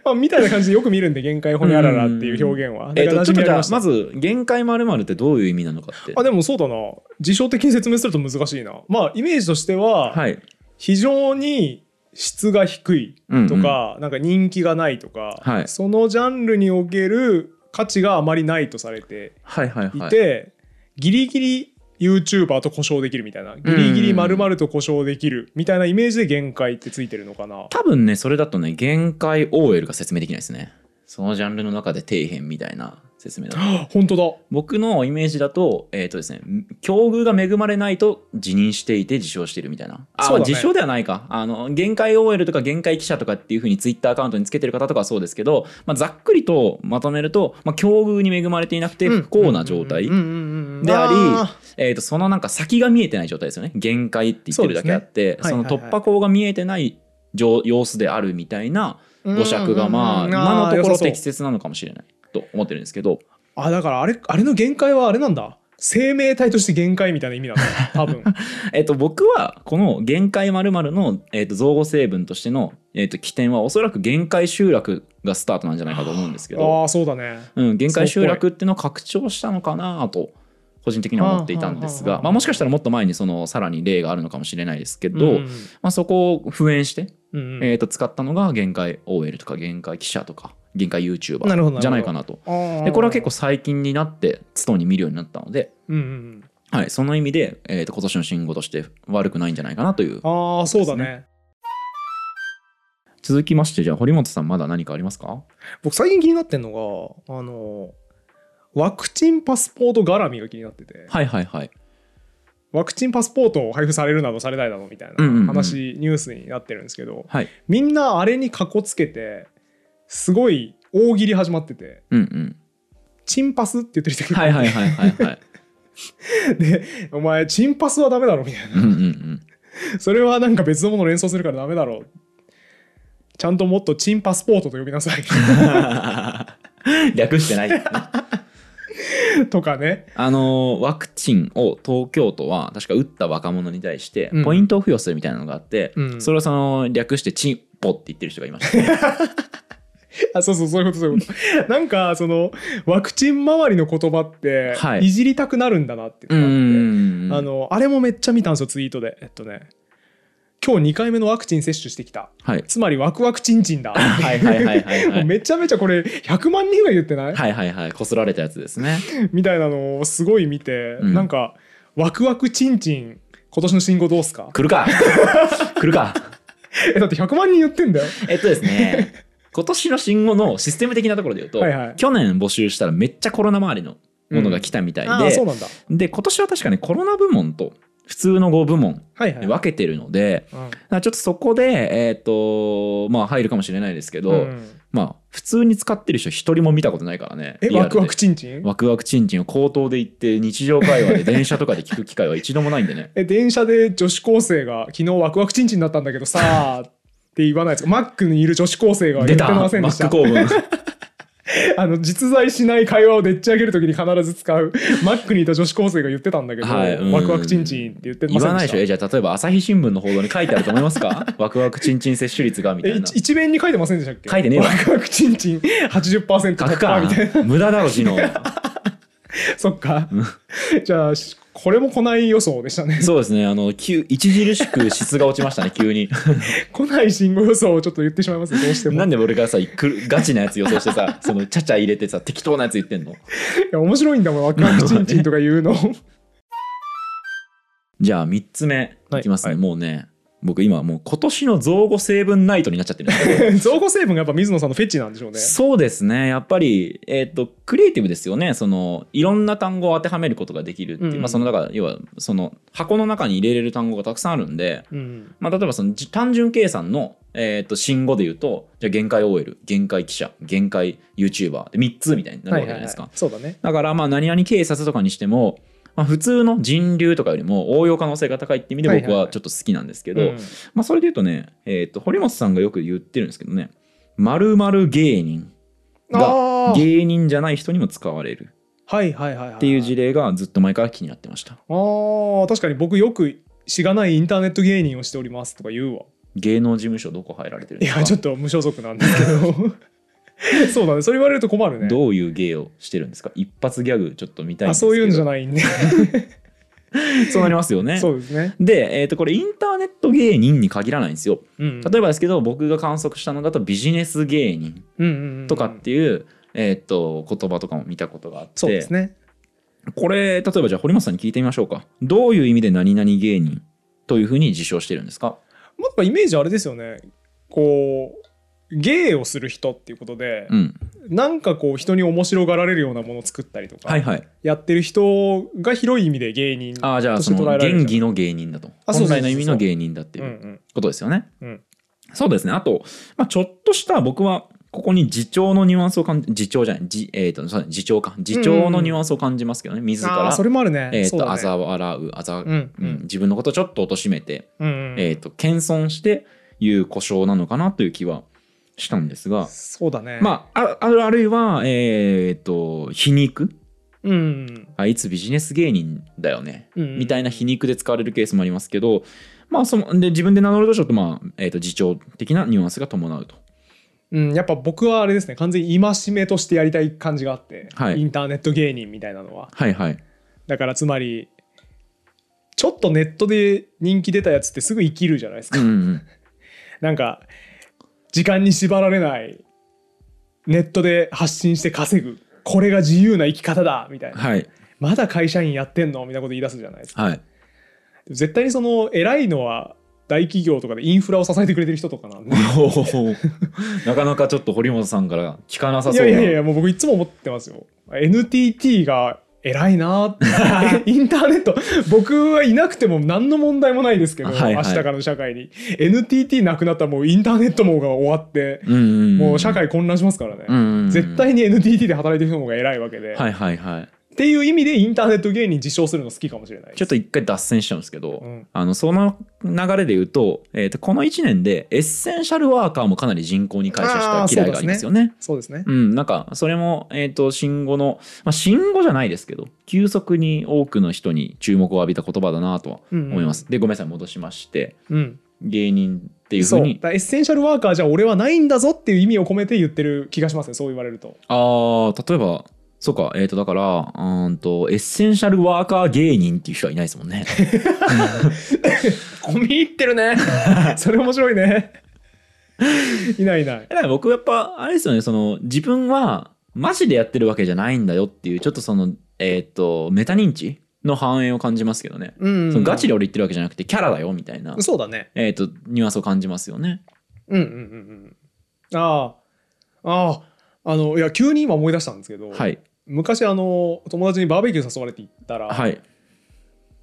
A: まあみたいな感じでよく見るんで限界ほにゃららっていう表現は
B: え
A: だ
B: っ
A: から
B: と
A: 馴
B: ち
A: 染
B: ょっ
A: みあり
B: とじゃあ
A: ました
B: まず限界まるまるってどういう意味なのかって
A: あでもそうだな事象的に説明すると難しいなまあイメージとしては、
B: はい
A: 非常に質が低いとか、なんか人気がないとか、
B: はい
A: そのジャンルにおける価値があまりないとされて
B: はいはいはい
A: いて、ギリギリ YouTuber と故障できるみたいなギリギリ丸々と故障できるみたいなイメージで限界ってついてるのかな。
B: 多分ねそれだとね限界 OL が説明できないですねそのジャンルの中で底辺みたいな 説明だと
A: あ本当だ
B: 僕のイメージだとえっ、とですね境遇が恵まれないと辞任していて自称しているみたいなあ、
A: そうだね
B: 自称ではないかあの限界 OL とか限界記者とかっていうふうにツイッターアカウントにつけてる方とかはそうですけど、まあ、ざっくりとまとめると、まあ、境遇に恵まれていなくて不幸な状態、
A: うんうんうんうん
B: であり
A: あ
B: えー、とそのなんか先が見えてない状態ですよね限界って言ってるだけあってそ,、
A: そうですねはいはいはい
B: の突破口が見えてない状様子であるみたいな
A: ー
B: 語尺がま
A: うんうん
B: あ
A: うん
B: 今のとこ
A: 良
B: ろ
A: さそう
B: 適切なのかもしれないと思ってるんですけど
A: あだからあれあれの限界はあれなんだ生命体として限界みたいな意味なんだ多 分
B: えっと僕はこの「限界まるのえっと造語成分としてのえっと起点はおそらく限界集落がスタートなんじゃないかと思うんですけど、
A: ああそうだね
B: うん、限界集落っていうのを拡張したのかなと個人的には思っていたんです
A: はあはあはあは
B: が
A: あ
B: まあもしかしたらもっと前にそのさらに例があるのかもしれないですけど、
A: うん
B: まあ、そこを復縁して
A: うんうん
B: えー、と使ったのが限界 OL とか限界記者とか限界
A: なるほどなるほ
B: YouTuber
A: ど
B: じゃないかなと
A: で
B: でこれは結構最近になってストーンに見るようになったので、
A: うんうんうん、
B: はい、その意味で、えー、と今年の新語として悪くないんじゃないかなという
A: ああそうだね
B: 続きましてじゃあ堀本さんまだ何かありますか
A: 僕最近気になってんのがあのワクチンパスポート絡みが気になってて、
B: はいはいはい
A: ワクチンパスポートを配布されるなどされないなどみたい
B: うんうんう
A: なん話、ニュースになってるんですけど
B: はい
A: みんなあれにかこつけてすごい大喜利始まってて
B: うんうん
A: 「チンパス」って言ってる人結構
B: はいはいはいはい はい
A: で「お前チンパスはダメだろ」みたい
B: うん
A: な、
B: うんうん
A: それはなんか別のものを連想するからダメだろちゃんともっとチンパスポートと呼びなさい
B: 略してない ですね
A: とかね
B: あのーワクチンを東京都は確か打った若者に対して
A: うん
B: ポイントを付与するみたいなのがあって、
A: うん
B: それをその略してチンポって言ってる人がいました、ね、
A: あそうそうそういうことそういうことなんかそのワクチン周りの言葉って、、
B: はいい
A: じりたくなるんだなっていううのがあって
B: ん
A: あのあれもめっちゃ見たんですよツイートでえっとね今日2回目のワクチン接種してきた
B: はい
A: つまりワクワクチンチンだ
B: はいはいはいはいは
A: もう
B: い
A: めちゃめちゃこれ100万人が言ってない、
B: はいはいはいこすられたやつですね
A: みたいなのをすごい見て、
B: うん
A: なんかワクワクチンチン今年の新語どうすか
B: 来る か来るか
A: えだって100万人言ってんだよ
B: えっとですね今年の新語のシステム的なところで言うと、
A: はいはい
B: 去年募集したらめっちゃコロナ周りのものが来たみたい
A: ああ
B: で
A: そう、なんだ
B: で今年は確かにコロナ部門と普通の語部門
A: はいはい
B: で分けてるので、だからちょっとそこで、えっとまあ、入るかもしれないですけど、
A: うんうん
B: まあ、普通に使ってる人一人も見たことないからね
A: え
B: リ
A: ワ
B: アル
A: ク
B: で
A: ワクチンチン
B: ワクワクチンチンを口頭で言って日常会話で電車とかで聞く機会は一度もないんでね
A: え電車で女子高生が昨日ワクワクチンチンだったんだけどさって言わないですかマック にいる女子高生が言
B: 出
A: って
B: たマ
A: ませんでし
B: ッ
A: た
B: ク構文
A: あの実在しない会話をでっち上げるときに必ず使う マックにいた女子高生が言ってたんだけど、
B: はいうん
A: ワクワクチンチンって言ってませんで
B: 言
A: した
B: わないでしょえじゃあ例えば朝日新聞の報道に書いてあると思いますかワクワクチンチン接種率がみた
A: え
B: いな
A: 一一面に書いてませんでしたっけ
B: 書いてねえわ
A: ワクワクチンチン80%
B: 書く
A: 高
B: か
A: みたいな
B: 無駄だろ字の
A: そっかじゃあしこれも来ない予想でしたね
B: そうですねあの急著しく質が落ちましたね急に
A: 来ない信号予想をちょっと言ってしまいますねどうしても
B: ないんで俺がさくるガチなやつ予想してさそのちゃちゃ入れてさ適当なやつ言ってんの
A: や面白いんだもんワクワクチンチンとか言うの
B: じゃあ3つ目
A: はい
B: いきますね、
A: はい
B: もうね僕今もう今年の造語成分ナイトになっちゃってるんですけど
A: 造語成分がやっぱ水野さんのフェチなんでしょうね
B: そうですねやっぱりえっ、とクリエイティブですよねそのいろんな単語を当てはめることができるっていう、
A: うんうん
B: まあそのだから要はその箱の中に入れれる単語がたくさんあるんで、
A: うん
B: まあ、例えばそのじ単純計算のえっ、と新語で言うとじゃあ限界 OL 限界記者限界 YouTuber で3つみたいになるわけじゃないですか、
A: そうだね
B: だからまあ何々警察とかにしても、まあ、普通の人流とかよりも応用可能性が高いって意味で
A: はい
B: 僕
A: はいはい
B: はちょっと好きなんですけど、
A: うん
B: まあ、それで言うとね、えー、と堀本さんがよく言ってるんですけどね「まる芸人」が
A: あー
B: 芸人じゃない人にも使われる
A: はいはいはいはいっ
B: っていう事例がずっと前から気になってました
A: あー確かに僕よくしがないインターネット芸人をしておりますとか言うわ
B: 芸能事務所どこ入られてるん
A: い
B: ですか
A: やちょっと無所属なんですけ どそうだねそれ言われると困るね
B: どういう芸をしてるんですか一発ギャグちょっと見たい
A: あ
B: んですけ
A: そ
B: ど
A: ういうんじゃ
B: な
A: ないんで
B: いそうなりますよね
A: そうですね、
B: で、えー、とこれインターネット芸人に限らないんですよ
A: うん、
B: 例えばですけど僕が観測したのだとビジネス芸人
A: うんうんうん
B: とかっていう、えーっと言葉とかも見たことがあって
A: そうですね
B: これ例えばじゃあ堀本さんに聞いてみましょうかどういう意味で何々芸人というふうに自称してるんですか
A: まあイメージあれですよねこう芸をする人っていうことで
B: う、ん
A: なんかこう人に面白がられるようなものを作ったりとか、
B: はいはい
A: やってる人が広い意味で芸人
B: ああじゃあ
A: とし
B: そ
A: て捉えら
B: の
A: れる
B: 元
A: じゃん
B: 気の芸人だと
A: あそうそうそうそう
B: 本来の意味の芸人だって
A: う
B: い
A: んう
B: うんことですよね、
A: うん
B: そうですねあと、まあ、ちょっとした僕はここに自重のニュアンスを感じ自重じゃない自,、えー、とそう自重か自重のニュアンスを感じますけどね自
A: あ
B: ら
A: ーそれもあるね、
B: えー、
A: そう
B: と
A: だ
B: あ
A: ね
B: ざ笑うあざ、
A: うんう
B: うん
A: ん
B: 自分のことをちょっと貶めて、
A: うんうん
B: えー、と謙遜して言う故障なのかなという気はしたんですが、
A: そうだねあ
B: まあ、ああるあるいは、えー、と皮肉
A: うんうん
B: あいつビジネス芸人だよね、
A: うんうん
B: みたいな皮肉で使われるケースもありますけど、まあ、そので自分で名乗るとちょっと,、まあえー、と自重的なニュアンスが伴うと。
A: うん、やっぱ僕はあれですね完全に戒めとしてやりたい感じがあって、
B: はい
A: インターネット芸人みたいなのは
B: はいはい、
A: だからつまりちょっとネットで人気出たやつってすぐ生きるじゃないです
B: う
A: か、
B: んうん
A: なんか時間に縛られないネットで発信して稼ぐこれが自由な生き方だみたいな、
B: はい
A: まだ会社員やってんのみたいなこと言い出すじゃないですか
B: はい
A: 絶対にその偉いのは大企業とかでインフラを支えてくれてる人とかなんで
B: おーなかなかちょっと堀本さんから聞かなさ
A: い
B: そう
A: や
B: ない
A: やいやもう僕いつも思ってますよ NTT が偉いなって インターネット僕はいなくても何の問題もないですけど、
B: はいはい
A: 明日からの社会に NTT なくなったらもうインターネット網が終わって、
B: うんうんん
A: もう社会混乱しますからね、
B: うんうんうん
A: 絶対に NTT で働いてる人の方が偉いわけで、
B: はいはいはい
A: っていう意味でインターネット芸人自称するの好きかもしれないです
B: ちょっと一回脱線しちゃうんですけど、
A: うん
B: あのその流れで言うと,、えーとこの1年でエッセンシャルワーカーもかなり人口に解消した嫌いがありますよね。
A: そうですね
B: うん、なんかそれも、えー、と新語の、まあ、新語じゃないですけど急速に多くの人に注目を浴びた言葉だなとは思います。でごめんなさい戻しまして
A: うん
B: 芸人っていうふ
A: そううだ
B: に
A: からエッセンシャルワーカーじゃ俺はないんだぞっていう意味を込めて言ってる気がしますねそう言われると
B: ああ例えばそうかえっ、とだからうーんとエッセンシャルワーカー芸人っていう人はいないですも んね。
A: 込み入ってるね それ面白いね いないいない
B: だから僕やっぱあれですよねその自分はマジでやってるわけじゃないんだよっていうちょっとそのえーっ、とメタ認知の反映を感じますけどね、
A: うん
B: そのガチで俺言ってるわけじゃなくてキャラだよみたいな、
A: そうだね
B: えーっ、とニュアンスを感じますよね
A: うんうんうんうんあああああのいや急に今思い出したんですけど、
B: はい
A: 昔あの友達にバーベキュー誘われて行ったら、
B: はい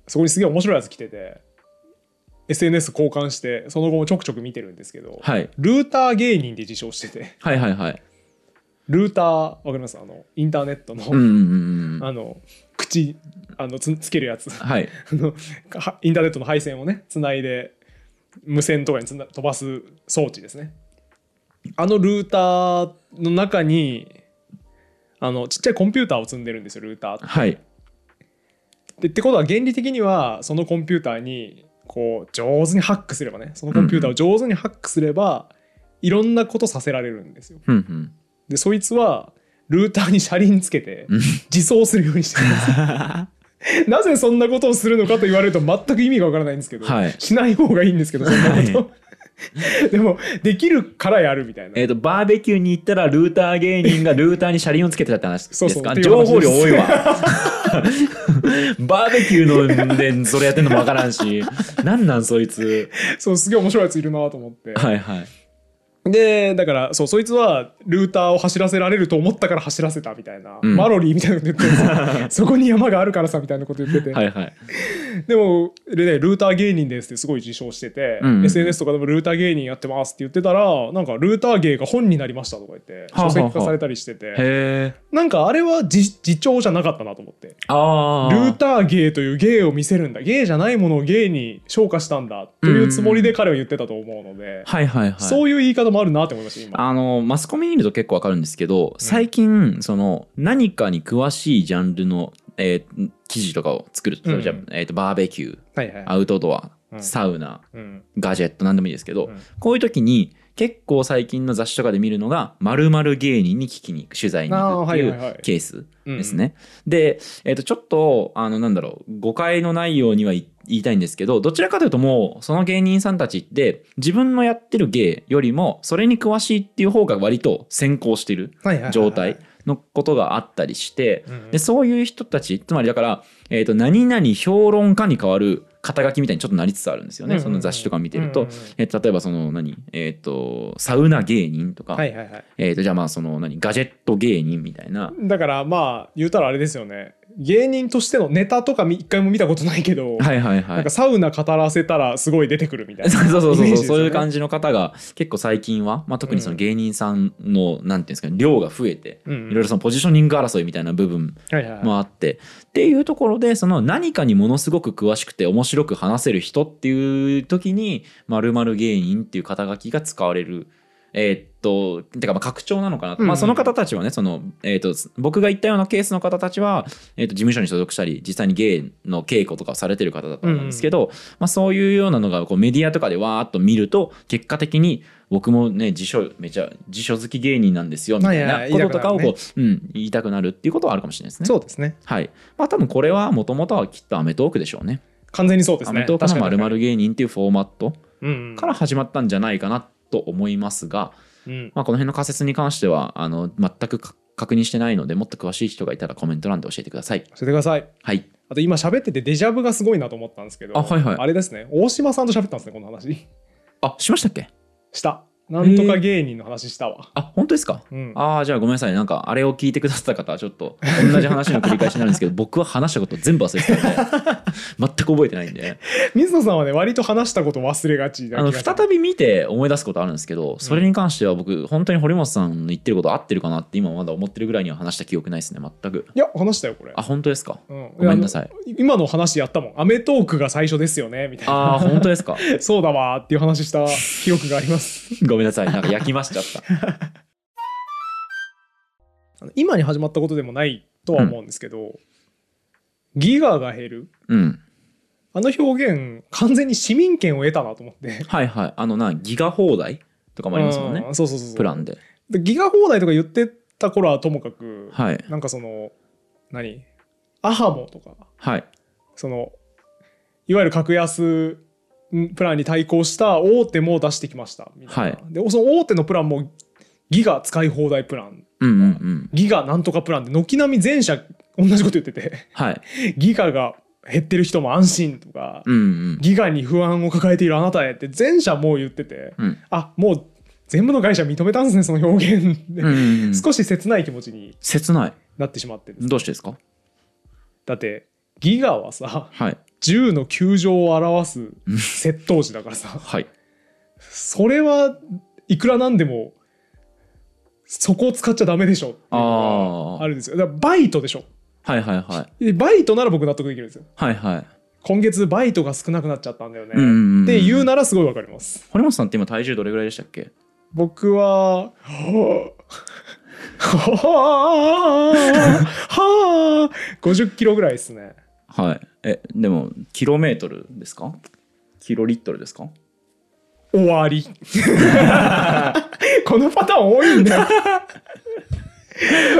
A: そこにすげえ面白いやつ来てて SNS 交換してその後もちょくちょく見てるんですけど、
B: はい
A: ルーター芸人で自称してて
B: はいはいはい
A: ルーターわかりますあのインターネットの、
B: うんうんうんうん
A: あの口あのつつけるやつあ
B: はい
A: のはインターネットの配線をねつないで無線とかにつな飛ばす装置ですねあのルーターの中にあのちっちゃいコンピューターを積んでるんですよルーターって
B: はい
A: でってことは原理的にはそのコンピューターにこう上手にハックすればねそのコンピューターを上手にハックすれば、いろんなことさせられるんですよ
B: うんうん
A: でそいつはルーターに車輪つけて
B: うん
A: 自走するようにしてるん ですなぜそんなことをするのかと言われると全く意味がわからないんですけど、
B: はい
A: しない方がいいんですけどそんなこと、 でもできるからやるみたいな
B: えーっ、とバーベキューに行ったらルーター芸人がルーターに車輪をつけてたって話です
A: そ
B: か
A: うそうっていう
B: 情
A: 話です
B: 報量多いわ バーベキューのでそれやってんのもわからんしなんなんそいつ
A: そうすげえ面白いやついるなと思って、
B: はいはい
A: でだからそうそいつはルーターを走らせられると思ったから走らせたみたいな、
B: うん
A: マロリーみたいなこと言ってる んですよそこに山があるからさみたいなこと言ってて、
B: はいはい
A: でもでねルーター芸人ですってすごい自称してて、
B: うんうんうん
A: SNS とかでもルーター芸人やってますって言ってたらなんかルーター芸が本になりましたとか言って
B: はあはあ
A: 書籍化されたりしてて、
B: へえ
A: なんかあれは自自重じゃなかったなと思って
B: ああ
A: ルーター芸という芸を見せるんだ芸じゃないものを芸に昇華したんだというつもりで彼は言ってたと思うので、
B: はいはいはい
A: そういう言い方もあるなって思いました今。
B: あのマスコミにいると結構わかるんですけど最近その何かに詳しいジャンルの、えー記事とかを作る例えばじゃあ
A: うん
B: えーとバーベキュー
A: はいはい
B: アウトドア、
A: うん
B: サウナ
A: うん
B: ガジェット何でもいいですけど、
A: うん
B: こういう時に結構最近の雑誌とかで見るのが〇〇芸人に聞きに行く取材に行くってい
A: あーはいはいは
B: う
A: い
B: ケース
A: うん
B: ですね。で、えー、とちょっとあのなんだろう誤解のないようにはい言いたいんですけどどちらかというともうその芸人さんたちって自分のやってる芸よりもそれに詳しいっていう方が割と先行してる
A: はいはいはいはい
B: 状態のことがあったりして
A: うんうん
B: でそういう人たちつまりだから、えー、と何々評論家に変わる肩書きみたいにちょっとなりつつあるんですよね、
A: うんうんうん
B: その雑誌とか見てると、
A: うんうんうん
B: えー例えばその何えっ、とサウナ芸人とか、
A: はいはいはい
B: えー、とじゃあまあその何ガジェット芸人みたいな。
A: だからまあ言うたらあれですよね芸人としてのネタとかみ一回も見たことないけど、
B: はいはいは
A: なん
B: い
A: か。サウナ語らせたらすごい出てくるみたいな
B: そうそうそう
A: イメージで
B: そう、
A: すよね
B: そういう感じの方が結構最近は、まあ、特にその芸人さんの、なんていうんですかね量が増えて、
A: うんうん
B: いろいろそのポジショニング争いみたいな部分
A: はいはいはい
B: もあって、っていうところでその何かにものすごく詳しくて面白く話せる人っていう時に「まる芸人」っていう肩書きが使われる。えーっとてかまあ拡張なのかな、
A: うん
B: まあ、その方たちはねその、えーっと僕が言ったようなケースの方たちは、えーっと事務所に所属したり実際に芸の稽古とかをされてる方だと思うんですけど、まあ、そういうようなのがこうメディアとかでわーっと見ると結果的に僕もね辞書めちゃ辞書好き芸人なんですよみたい
A: はい
B: な
A: はい
B: こととかを
A: 言い
B: こう、うん、言いたくなるっていうことはあるかもしれないですね。
A: そうですね
B: はい。まあ多分これはもともとはきっとアメトーークでしょうね。
A: 完全にそうです
B: ア
A: ね
B: メトーークの
A: 確か
B: 〇
A: に
B: 〇芸人っていうフォーマット
A: うんうん
B: から始まったんじゃないかなと思いますが、
A: うん
B: まあこの辺の仮説に関しては、あの、全くか確認してないので、もっと詳しい人がいたらコメント欄で教えてください。
A: 教えてください
B: はい。
A: あと今喋っててデジャブがすごいなと思ったんですけど
B: あはいはい
A: あれですね大島さんと喋ったんですねこの話
B: あしましたっけ
A: したなんとか芸人の話したわ、
B: あ本当ですか
A: うん、
B: ああじゃあごめんなさいなんかあれを聞いてくださった方はちょっと同じ話の繰り返しになるんですけど僕は話したこと全部忘れてたん で全く覚えてないんで
A: 水野さんはね割と話したこと忘れがちな
B: あの
A: 気がする
B: 再び見て思い出すことあるんですけどそれに関しては僕本当に堀本さんの言ってること合ってるかなって今まだ思ってるぐらいには話した記憶ないですね全く
A: いや話したよこれ
B: あ本当で すか
A: うん、
B: ごめんなさい
A: あの今の話やったもん「アメトーーク」が最初ですよねみたいな
B: ああ本当ですか
A: そうだわーっていう話した記憶があります。
B: ごめんなさいなんか焼きましちゃった
A: あの今に始まったことでもないとは思うんですけど、ギガが減る
B: うん
A: あの表現完全に市民権を得たなと思って。
B: はいはいあのなギガ放題とかもありますもんね
A: うんそうそうそうそう
B: プランで
A: でギガ放題とか言ってた頃はともかく、
B: はい
A: なんかその何アハモとか
B: はい
A: そのいわゆる格安んプランに対抗した大手も出してきましたみたいな、
B: は
A: でその大手のプランもギガ使い放題プラン
B: うんうんうん
A: ギガなんとかプランで軒並み全社同じこと言ってて
B: はい
A: ギガが減ってる人も安心とか、
B: うんうん
A: ギガに不安を抱えているあなたへって全社もう言ってて、
B: うん
A: あもう全部の会社認めたんですねその表現で、
B: うんうんう ん
A: 少し切ない気持ちに
B: 切ない
A: なってしまってるんです
B: どうしてですか
A: だってギガはさ
B: はい
A: 10の9乗を表す窃盗時だからさ
B: はい
A: それはいくらなんでもそこを使っちゃダメでしょっていうの
B: あー
A: があるんですよだからバイトでしょ
B: はいはいはい
A: でバイトなら僕納得できるんですよ
B: はいはい
A: 今月バイトが少なくなっちゃったんだよね、
B: うんうんうんうん
A: って言うならすごいわかります
B: 堀本さんって今体重どれぐらいでしたっけ
A: 僕ははあはあはあ50キロぐらいですね
B: はいえでもキロメートルですかキロリットルですか
A: 終わりこのパターン多いんだよ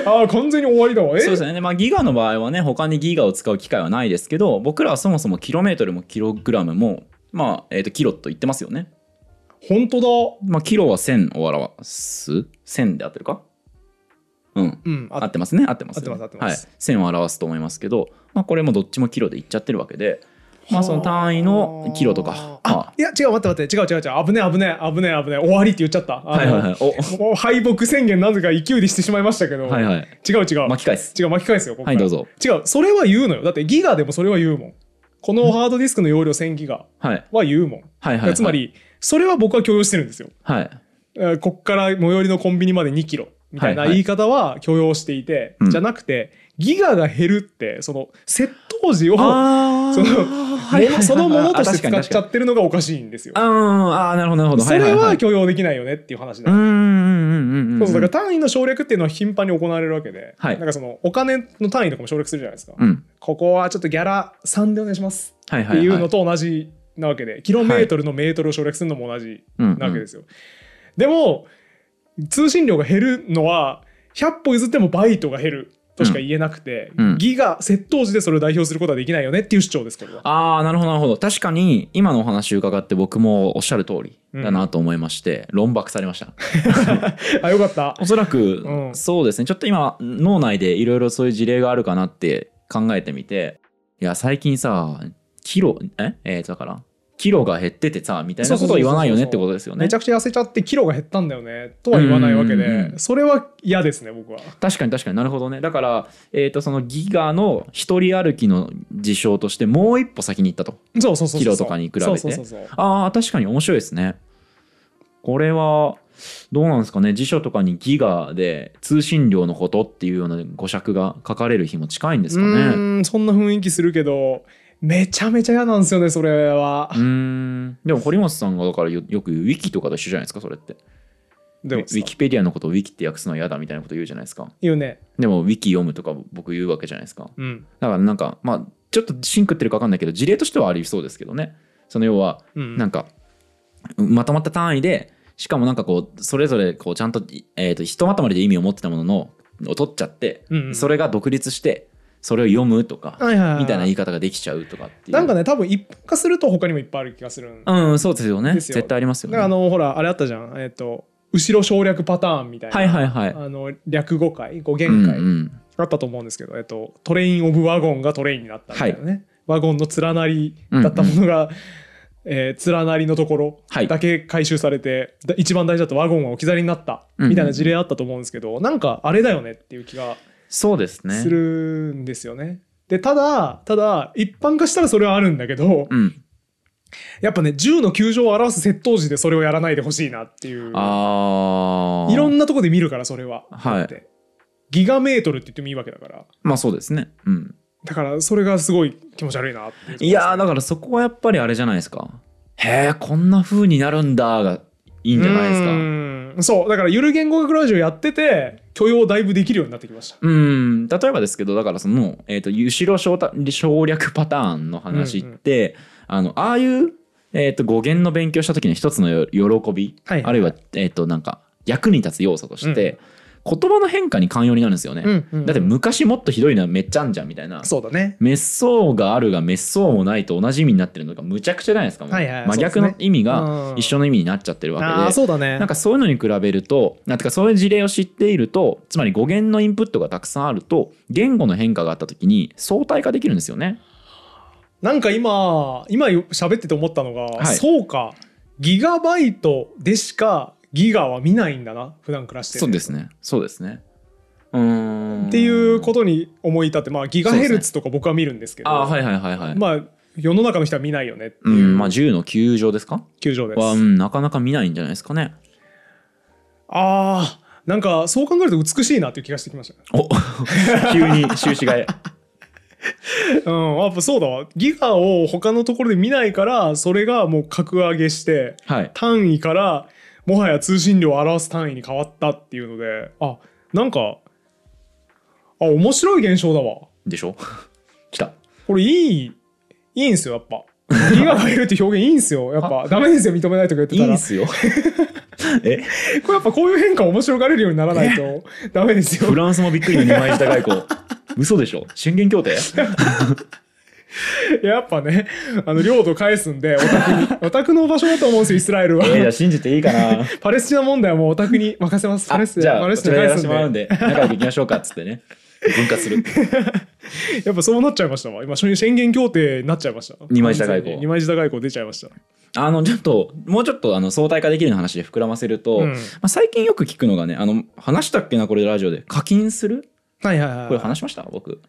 A: ああ完全に終わりだわえ
B: そうですね、まあ、ギガの場合はね他にギガを使う機会はないですけど僕らはそもそもキロメートルもキログラムもまあ、えー、とキロと言ってますよね、
A: 本当だ
B: まあ、キロは1000を表す1000で合ってるかうん
A: うんあ
B: 合ってますね合ってますよね
A: 合ってます
B: はい、1000を表すと思いますけど、まあ、これもどっちもキロで言っちゃってるわけで、まあ、その単位のキロとかまあ
A: いや違う待って待って違う違う違う危ねえ危ねえ危ねえ危ねえ終わりって言っちゃったあの
B: はいはいはい
A: もう敗北宣言なぜか勢いでしてしまいましたけど、
B: おはいはい
A: 違う違う
B: 巻き返す
A: 違う巻き返すよここか
B: は
A: ら
B: いどうぞ
A: 違うそれは言うのよだってギガでもそれは言うもんこのハードディスクの容量1000ギガ
B: はいはい
A: は言うもん、
B: はいはい
A: つまりそれは僕は許容してるんですよ、
B: はい
A: えーこっから最寄りのコンビニまで2キロみたいな
B: はいは
A: 言い
B: い
A: 方は許容していて、
B: うん
A: じゃなくてギガが減るってその窃盗時を
B: あ
A: その
B: はいはいはい
A: ものそのものとして使
B: あ確かに
A: っちゃってるのがおかしいんですよ
B: あーあーなるほどなるほど
A: それ
B: いい
A: はい許容できないよねっていう話
B: う
A: だ、
B: んうんうんうんうん
A: そうそうだから単位の省略っていうのは頻繁に行われるわけで、
B: はい
A: なんかそのお金の単位とかも省略するじゃないですか、
B: うん
A: ここはちょっとギャラ3でお願いします
B: はい
A: っ
B: は
A: て
B: い
A: いう
B: は
A: の
B: い
A: と同じなわけで、キロメートルのメートルを省略するのも同じ
B: うん
A: なわけですよ、でも通信量が減るのは100歩譲ってもバイトが減るとしか言えなくて、
B: うんうん
A: ギガ窃盗時でそれを代表することはできないよねっていう主張ですこれは
B: ああなるほどなるほど確かに今のお話伺って僕もおっしゃる通りだなと思いまして、論破されました
A: あよかった
B: おそらく、
A: うん
B: そうですねちょっと今脳内でいろいろそういう事例があるかなって考えてみていや最近さキロええーだからキロが減っててさみたいなことを言わないよねってことですよね
A: めちゃくちゃ痩せちゃってキロが減ったんだよねとは言わないわけで、
B: うんうんうん
A: それは嫌ですね僕は
B: 確かに確かになるほどねだから、えー、とそのギガの一人歩きの事象としてもう一歩先に行ったと
A: そうそうそうそう
B: キロとかに比べて
A: そうそうそうそう
B: あー確かに面白いですねこれはどうなんですかね辞書とかにギガで通信量のことっていうような語尺が書かれる日も近いんですかね
A: う
B: う
A: ーんそんな雰囲気するけどめちゃめちゃ嫌なんですよねそれは、
B: ーんでも堀本さんがだからよよくウィキとかと一緒じゃないですかそれってウ
A: で
B: ィ
A: も
B: ウィキペディアのことをウィキって訳すのは嫌だみたいなこと言うじゃないですか
A: 言うね
B: でもウィキ読むとか僕言うわけじゃないですか
A: うん
B: だからなんかまあちょっとシンクってるか分かんないけど事例としてはありそうですけどねその要は
A: うん
B: なんかまとまった単位でしかもなんかこうそれぞれこうちゃんと,、えー、とひとまとまりで意味を持ってたもののを取っちゃって、
A: うんうん
B: それが独立してそれを読むとか、
A: はいはいはい
B: みたいな言い方ができちゃうとかっていう
A: なんかね多分一般化すると他にもいっぱいある気がするんだか
B: うんそうですよね
A: ですよ
B: 絶対ありますよね
A: らあのほらあれあったじゃんえっ、と後ろ省略パターンみたいな、
B: はいはいはい
A: あの略語解語源解、
B: うんうん
A: あったと思うんですけど、えっと、トレイン・オブ・ワゴンがトレインになったみたいなね、ワゴンの連なりだったものが、えー連なりのところ
B: はい
A: だけ回収されて、だ一番大事だったワゴンは置き去りになったみたいな事例あったと思うんですけど、なんかあれだよねっていう気が
B: そうですね。
A: するんですよね。でただただ一般化したらそれはあるんだけど、
B: うん。
A: やっぱね銃の球場を表す窃盗時でそれをやらないでほしいなっていう
B: ああ。
A: いろんなとこで見るからそれは。
B: はい
A: だってギガメートルって言ってもいいわけだから
B: まあそうですね。うん。
A: だからそれがすごい気持ち悪いなってうところですね
B: いやーだからそこはやっぱりあれじゃないですか。へえ、こんな風になるんだがいいんじゃないですか。
A: う
B: うん
A: そうだからゆる言語学ラジオやってて許容だいぶできるようになってきました
B: ん例えばですけどだからその、えー、と後ろ省た省略パターンの話って、あのああいう、えー、と語源の勉強した時の一つのよ喜び、
A: はい
B: あるいは、えー、となんか役に立つ要素として、言葉の変化に寛容になるんですよね。だって昔もっとひどいのはめっちゃあんじゃんみたいな
A: そうだね
B: 滅相があるが滅相もないと同じ意味になってるのがむちゃくちゃじゃないですかもう、
A: はいはい
B: 真逆
A: そう
B: の
A: です
B: 意味が一緒の意味になっちゃってるわけで、
A: ああーそうだね
B: なんかそういうのに比べるとなんていうかそういう事例を知っているとつまり語源のインプットがたくさんあると言語の変化があった時に相対化できるんですよね。
A: なんか今今喋ってて思ったのが、
B: い
A: そうかギガバイトでしかギガは見ないんだな普段暮らしてる
B: そうですねそうですねうーん
A: っていうこととに思い立ってまあギガヘルツとか僕は見るんですけど
B: ああはいはいはいはい。
A: まあ世の中の人は見ないよねって
B: う
A: い
B: んまあ、
A: う
B: 10の球場ですか
A: 球場です、
B: は、うん、なかなか見ないんじゃないです かね。
A: あーなんかそう考えると美しいなっていう気がしてきました
B: お急 に終止がえ。
A: うん、やっぱそうだわギガを他のところで見ないからそれがもう格上げして
B: はい。
A: 単位からもはや通信量を表す単位に変わったっていうのであなんかあ面白い現象だわ
B: でしょ 来た。
A: これいいいいんすよやっぱ。ギガが減るって表現いいんすよやっぱダメですよ認めないとか言って
B: いい
A: たら
B: んすよ。 え
A: これやっぱこういう変化面白がれるようにならないと ダメですよ
B: フランスもびっくりの二枚舌外交。嘘でしょ宣 言協定
A: いややっぱねあの領土返すんでオタクにオタクの場所だと思うんですよイスラエルは
B: えー、じゃあ信じていいかな。
A: パレスチナ問題はもうオタクに任せます。パレ
B: あ
A: スチ
B: じ
A: ナ
B: ゃ
A: パ
B: あ、
A: レ
B: こ
A: ス
B: ち
A: チナ
B: らや
A: 返
B: ら
A: す
B: せて
A: ん
B: もらうん
A: で。
B: で、仲良くいきましょうかっつってね。分 化する。
A: やっぱそうなっちゃいましたわ。今、初に宣言協定になっちゃいました。
B: 二枚舌外交
A: 二枚舌外交出ちゃいました。
B: あの、ちょっと、もうちょっとあの相対化できるような話で膨らませると、
A: うん
B: まあ、最近よく聞くのがね、あの、話したっけな、これラジオで。課金する
A: はいはいはい。
B: これ話しました僕。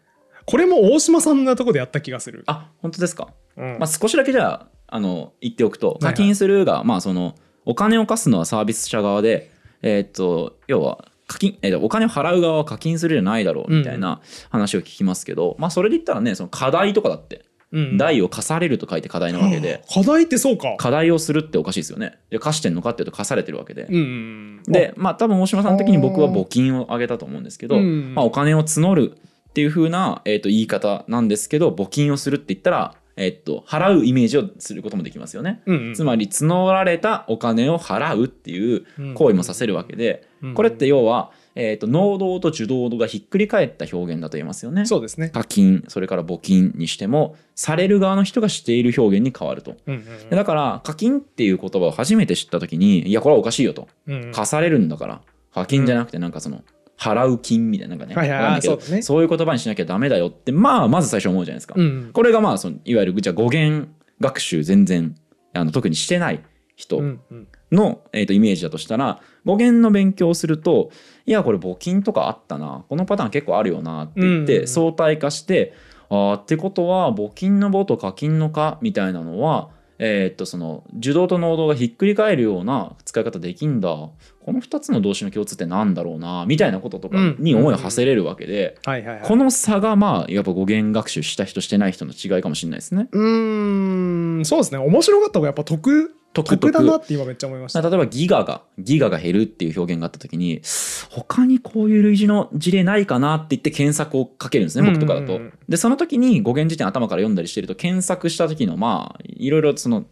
A: これも大島さんのとこでやった気がする。
B: あ、本当ですか。
A: うん
B: まあ、少しだけじゃああの言っておくと
A: いは
B: 課
A: い
B: 金するが、まあ、そのお金を貸すのはサービス者側で、えーっと要は課金、えーっとお金を払う側は課金するじゃないだろうみたいな話を聞きますけど、まあ、それで言ったらねその課題とかだって
A: うん
B: 代を課されると書いて課題なわけで、
A: 課題ってそうか。
B: 課題をするっておかしいですよねで貸してんのかっていうと貸されてるわけで。
A: うん。
B: でまあ多分大島さん的に僕は募金をあげたと思うんですけど、
A: うん
B: まあ、お金を募るっていう風な、えー、と言い方なんですけど募金をするって言ったら、えー、と払うイメージをすることもできますよね、
A: うんうん
B: つまり募られたお金を払うっていう行為もさせるわけで、
A: うん
B: これって要は、えー、と能動と受動がひっくり返った表現だと言えますよね。
A: そうですね。
B: 課金それから募金にしてもされる側の人がしている表現に変わると
A: うん
B: でだから課金っていう言葉を初めて知った時にいやこれはおかしいよと
A: うんうん
B: 課されるんだから課金じゃなくてなんかその払う金みたいななんかね
A: はいはい
B: わかんないけど
A: あそうだね
B: そういう言葉にしなきゃダメだよってまあまず最初思うじゃないですか、
A: うん
B: これがまあそのいわゆるじゃあ語源学習全然あの特にしてない人
A: うんうん
B: の、えー、とイメージだとしたら語源の勉強をするといやこれ募金とかあったなこのパターン結構あるよなって言っ
A: うんうんう
B: て
A: ん
B: 相対化して、あーってことは募金の棒と課金の課みたいなのは、えーっとその受動と能動がひっくり返るような使い方できんだこの2つの動詞の共通ってなんだろうなみたいなこととかに思いを馳せれるわけで、
A: はいはいはい。
B: この差がまあやっぱ語源学習した人してない人の違いかもしれないですね。
A: うーん、そうですね。面白かった方がやっぱ得、
B: 独
A: 得だなって今めっちゃ思いまし
B: まあ
A: た。
B: 例えばギガが、ギガが減るっていう表現があった時に、他にこういう類似の事例ないかなって言って検索をかけるんですね、僕とかだ
A: うん
B: と
A: うんうん。
B: で、その時に語源辞典頭から読んだりしてると、検索した時の、まあ、いろいろその、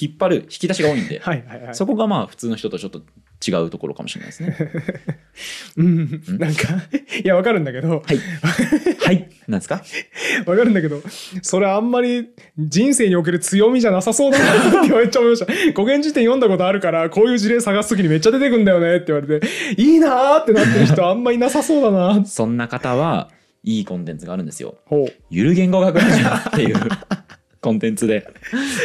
B: 引っ張る、引き出しが多いんで、
A: はいはいはい。
B: そこがまあ、普通の人とちょっと違うところかもしれないですね。
A: うんなんか、いや、わかるんだけど、
B: はい。はい。なんですか
A: わかるんだけど、それあんまり人生における強みじゃなさそうだなってめっちゃ思いました。語源辞典読んだことあるから、こういう事例探すときにめっちゃ出てくんだよねって言われて、いいなーってなってる人あんまいなさそうだな
B: そんな方は、いいコンテンツがあるんですよ。
A: ほ
B: ゆる言語学ラジオって いうコンテンツで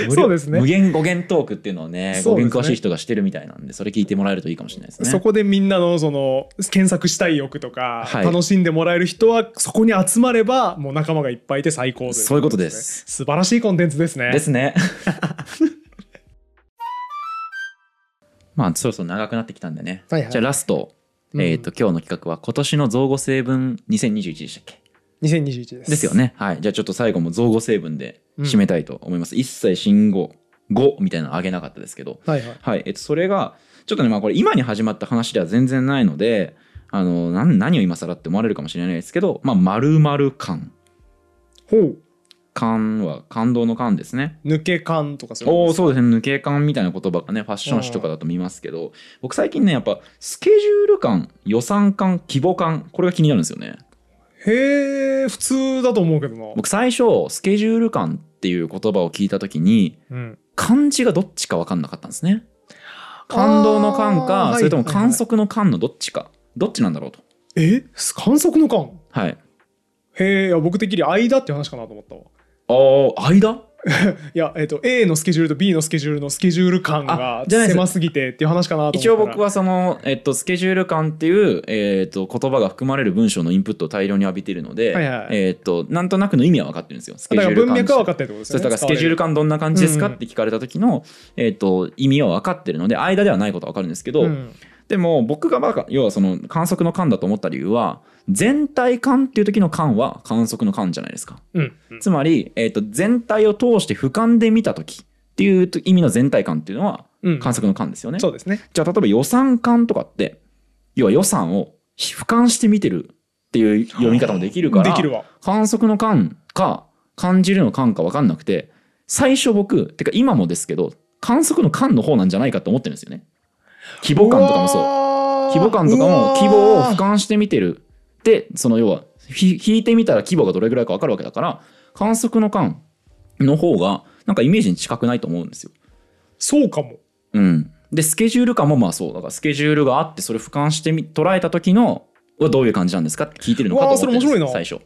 B: 無料
A: そうですね
B: 無限語源トークっていうのをね
A: そうで
B: 語
A: すね
B: 源詳しい人がしてるみたいなんでそれ聞いてもらえるといいかもしれないです
A: う
B: ね。
A: そこでみんなのその検索したい欲とか、
B: はい
A: 楽しんでもらえる人はそこに集まればもう仲間がいっぱいいて最高と
B: そういうことで
A: ね
B: す
A: 素晴らしいコンテンツですね
B: で すね。まあそろそろ長くなってきたんでね。
A: はいはい
B: じゃあラスト、
A: うん
B: えっ、と今日の企画は今年の造語成分2021でしたっけ？
A: 2021です
B: ですよね。はい。じゃあちょっと最後も造語成分で締めたいと思います。一切新語語みたいなのあげなかったですけど。
A: はいはい
B: はい。えっとそれがちょっとねまあこれ今に始まった話では全然ないので。あのなん何を今更って思われるかもしれないですけど、まあ、〇〇感
A: ほう
B: 感は感動の感ですね
A: 抜け感とかそういう
B: お
A: こ
B: お
A: とです
B: そうですね抜け感みたいな言葉がねファッション誌とかだと見ますけど、僕最近ねやっぱスケジュール感予算感規模感これが気になるんですよね
A: へえ普通だと思うけどな、
B: 僕最初スケジュール感っていう言葉を聞いた時に
A: うん、
B: 漢字がどっちか分かんなかったんですね感動の感
A: あー
B: かそれとも
A: はいはいはい
B: 観測の感のどっちかどっちなんだろうと
A: え観測の感
B: はい
A: へえいや僕的に間って話かなと思ったわ
B: ああ間
A: いや、えっと A のスケジュールと B のスケジュールのスケジュール感が
B: あじゃないです
A: 狭すぎてっていう話かなと思った
B: 一
A: ら
B: 応僕はその、えっと、スケジュール感っていう、えっと言葉が含まれる文章のインプットを大量に浴びてるので、
A: はいはい
B: えっとなんとなくの意味は分かってるんですよスケ
A: だ
B: ジ
A: か
B: ュー
A: ら
B: ル
A: 文
B: 感
A: 脈は分かってるってことです
B: そう
A: よね
B: だからスケジュール
A: 使わ
B: 感どんな感じですか
A: うん
B: って聞かれた時の、えー、と意味は分かってるので間ではないことは分かるんですけど、
A: れる
B: でも僕がバカ要はその観測の感だと思った理由は全体感っていう時の感は観測の感じゃないですか
A: うんうん
B: つまり、えー、と全体を通して俯瞰で見た時っていう意味の全体感っていうのは
A: うん
B: 観測の感ですよね、
A: そうですね
B: じゃあ例えば予算感とかって要は予算を俯瞰して見てるっていう読み方もできるから
A: できるわ
B: 観測の感か感じるの感か分かんなくて最初僕てか今もですけど観測の感の方なんじゃないかって思ってるんですよね規模感とかもそう
A: 規
B: 規模感とかも規模を俯瞰して見てるでその要はひ引いてみたら規模がどれぐらいか分かるわけだから観測の感の方がなんかイメージに近くないと思うんですよ
A: そうかも
B: うん、でスケジュール感もまあそうだからスケジュールがあってそれ俯瞰してみ捉えた時のはどういう感じなんですかって聞いてるのかと思ってるんです
A: うわーそれ面白いな
B: 最初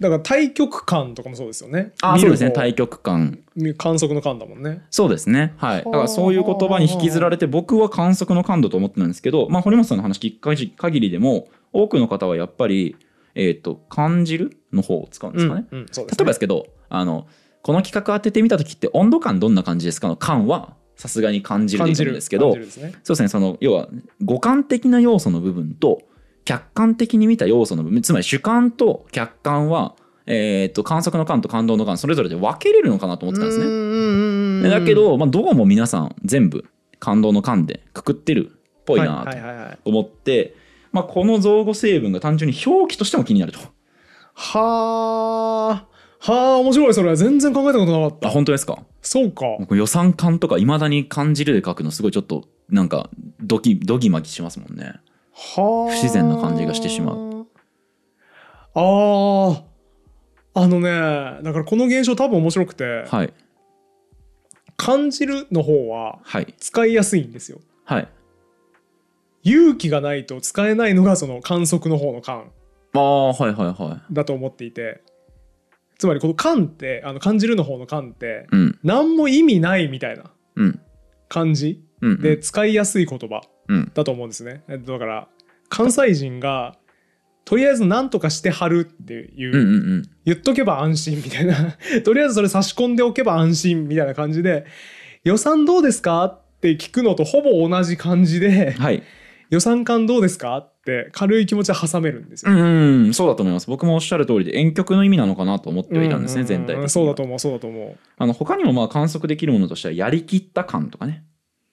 A: だから対極感とかもそうですよね
B: あー
A: 見
B: そう
A: る
B: ですね
A: 方
B: 対極感
A: 見観測の感だもんね
B: そうですねはい
A: ほ
B: だ
A: う
B: からそういう言葉に引きずられて僕は観測の感度と思ってたんですけど、まあ、堀本さんの話聞く限り限りでも多くの方はやっぱり、えー、と感じるの方を使うんですかね、
A: うんうんそうで
B: 例
A: す
B: えば
A: ね
B: ですけどあのこの企画当ててみた時って温度感どんな感じですかの感はさすがに感じるでいいと思うんですけど
A: 感じるですね
B: そうですね、その要は五感的な要素の部分と客観的に見た要素の部分、つまり主観と客観は、えー、と観測の感と感動の感、それぞれで分けれるのかなと思ってたんですね。
A: ね
B: だけど、まあ、どうも皆さん全部感動の感でくくってるっぽいな
A: は
B: と
A: いはいはいはい
B: 思って、まあ、この造語成分が単純に表記としても気になると。
A: はあはあ面白いそれは全然考えたことなかっ
B: あ
A: た
B: 本当ですか
A: そうか
B: 僕予算感とかいまだに感じるで書くのすごいちょっとなんかドキドギマギしますもんね。
A: 不
B: 不自然な感じがしてしま
A: うあーあのねだからこの現象多分面白くて、
B: はい
A: 感じるの方は
B: はい
A: 使いやすいんですよ
B: はい。
A: 勇気がないと使えないのがその観測の方の感
B: ああはいはいは
A: だと思っていてつまりこの感ってあの感じるの方の感って
B: い。うん
A: 何も意味ないみたいな
B: うん。
A: 感じ
B: うんうん
A: で使いやすい言葉
B: うん
A: だと思うんですね、えっとだから関西人がとりあえず何とかしてはるっていう
B: うんうんうん
A: 言っとけば安心みたいな とりあえずそれ差し込んでおけば安心みたいな感じで予算どうですかって聞くのとほぼ同じ感じで
B: はい、
A: 予算感どうですかって軽い気持ちで挟めるんです
B: う
A: よ。
B: んうんうん、そうだと思います僕もおっしゃる通りで遠曲の意味なのかなと思ってはいたんですね、
A: ううう
B: 全体的に
A: そうだと思うそうだと思
B: あの他にもまあ観測できるものとしてはやりきった感とかね、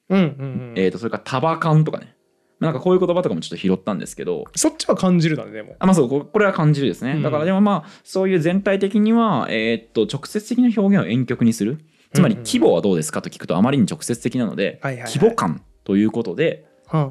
A: う。うんうんうん
B: えー、とそれから束感とかねなんかこういう言葉とかもちょっと拾ったんですけど
A: そっちは感じるだねでも。
B: あまあそうここれは感じるですね、
A: うん
B: だからでもまあそういう全体的には、えー、と直接的な表現を遠曲にするつまり
A: うんうん
B: 規模はどうですかと聞くとあまりに直接的なので、
A: はいはいはい
B: 規模感ということで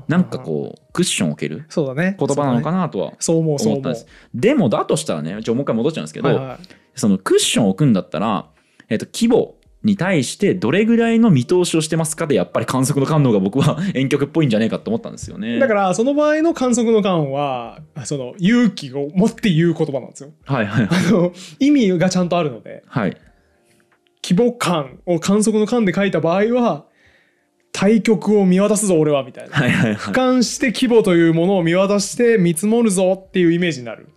B: なんかこうクッションを置ける
A: うそうだね
B: 言葉なのか
A: な。
B: なとは
A: そう思うそう
B: 思っ
A: 思
B: たん
A: う
B: で。す。でもだとしたらね、ちょもう一回戻っちゃうんですけど、
A: はいはい
B: そのクッションを置くんだったら、えっと規模に対してどれぐらいの見通しをしてますかでやっぱり観測の感能が僕は 遠曲っぽいんじゃねえかと思ったんですよね。
A: だからその場合の観測の感はその勇気を持って言う言葉なんですよ。
B: はいはいはい
A: あの意味がちゃんとあるので
B: はい
A: 規模感を観測の感で書いた場合は対局を見渡すぞ俺はみたいな。
B: はいはいはい
A: 俯瞰して規模というものを見渡して見積もるぞっていうイメージになる。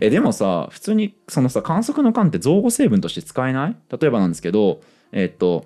B: えでもさ普通にそのさ観測の観って造語成分として使えない例えばなんですけどえっと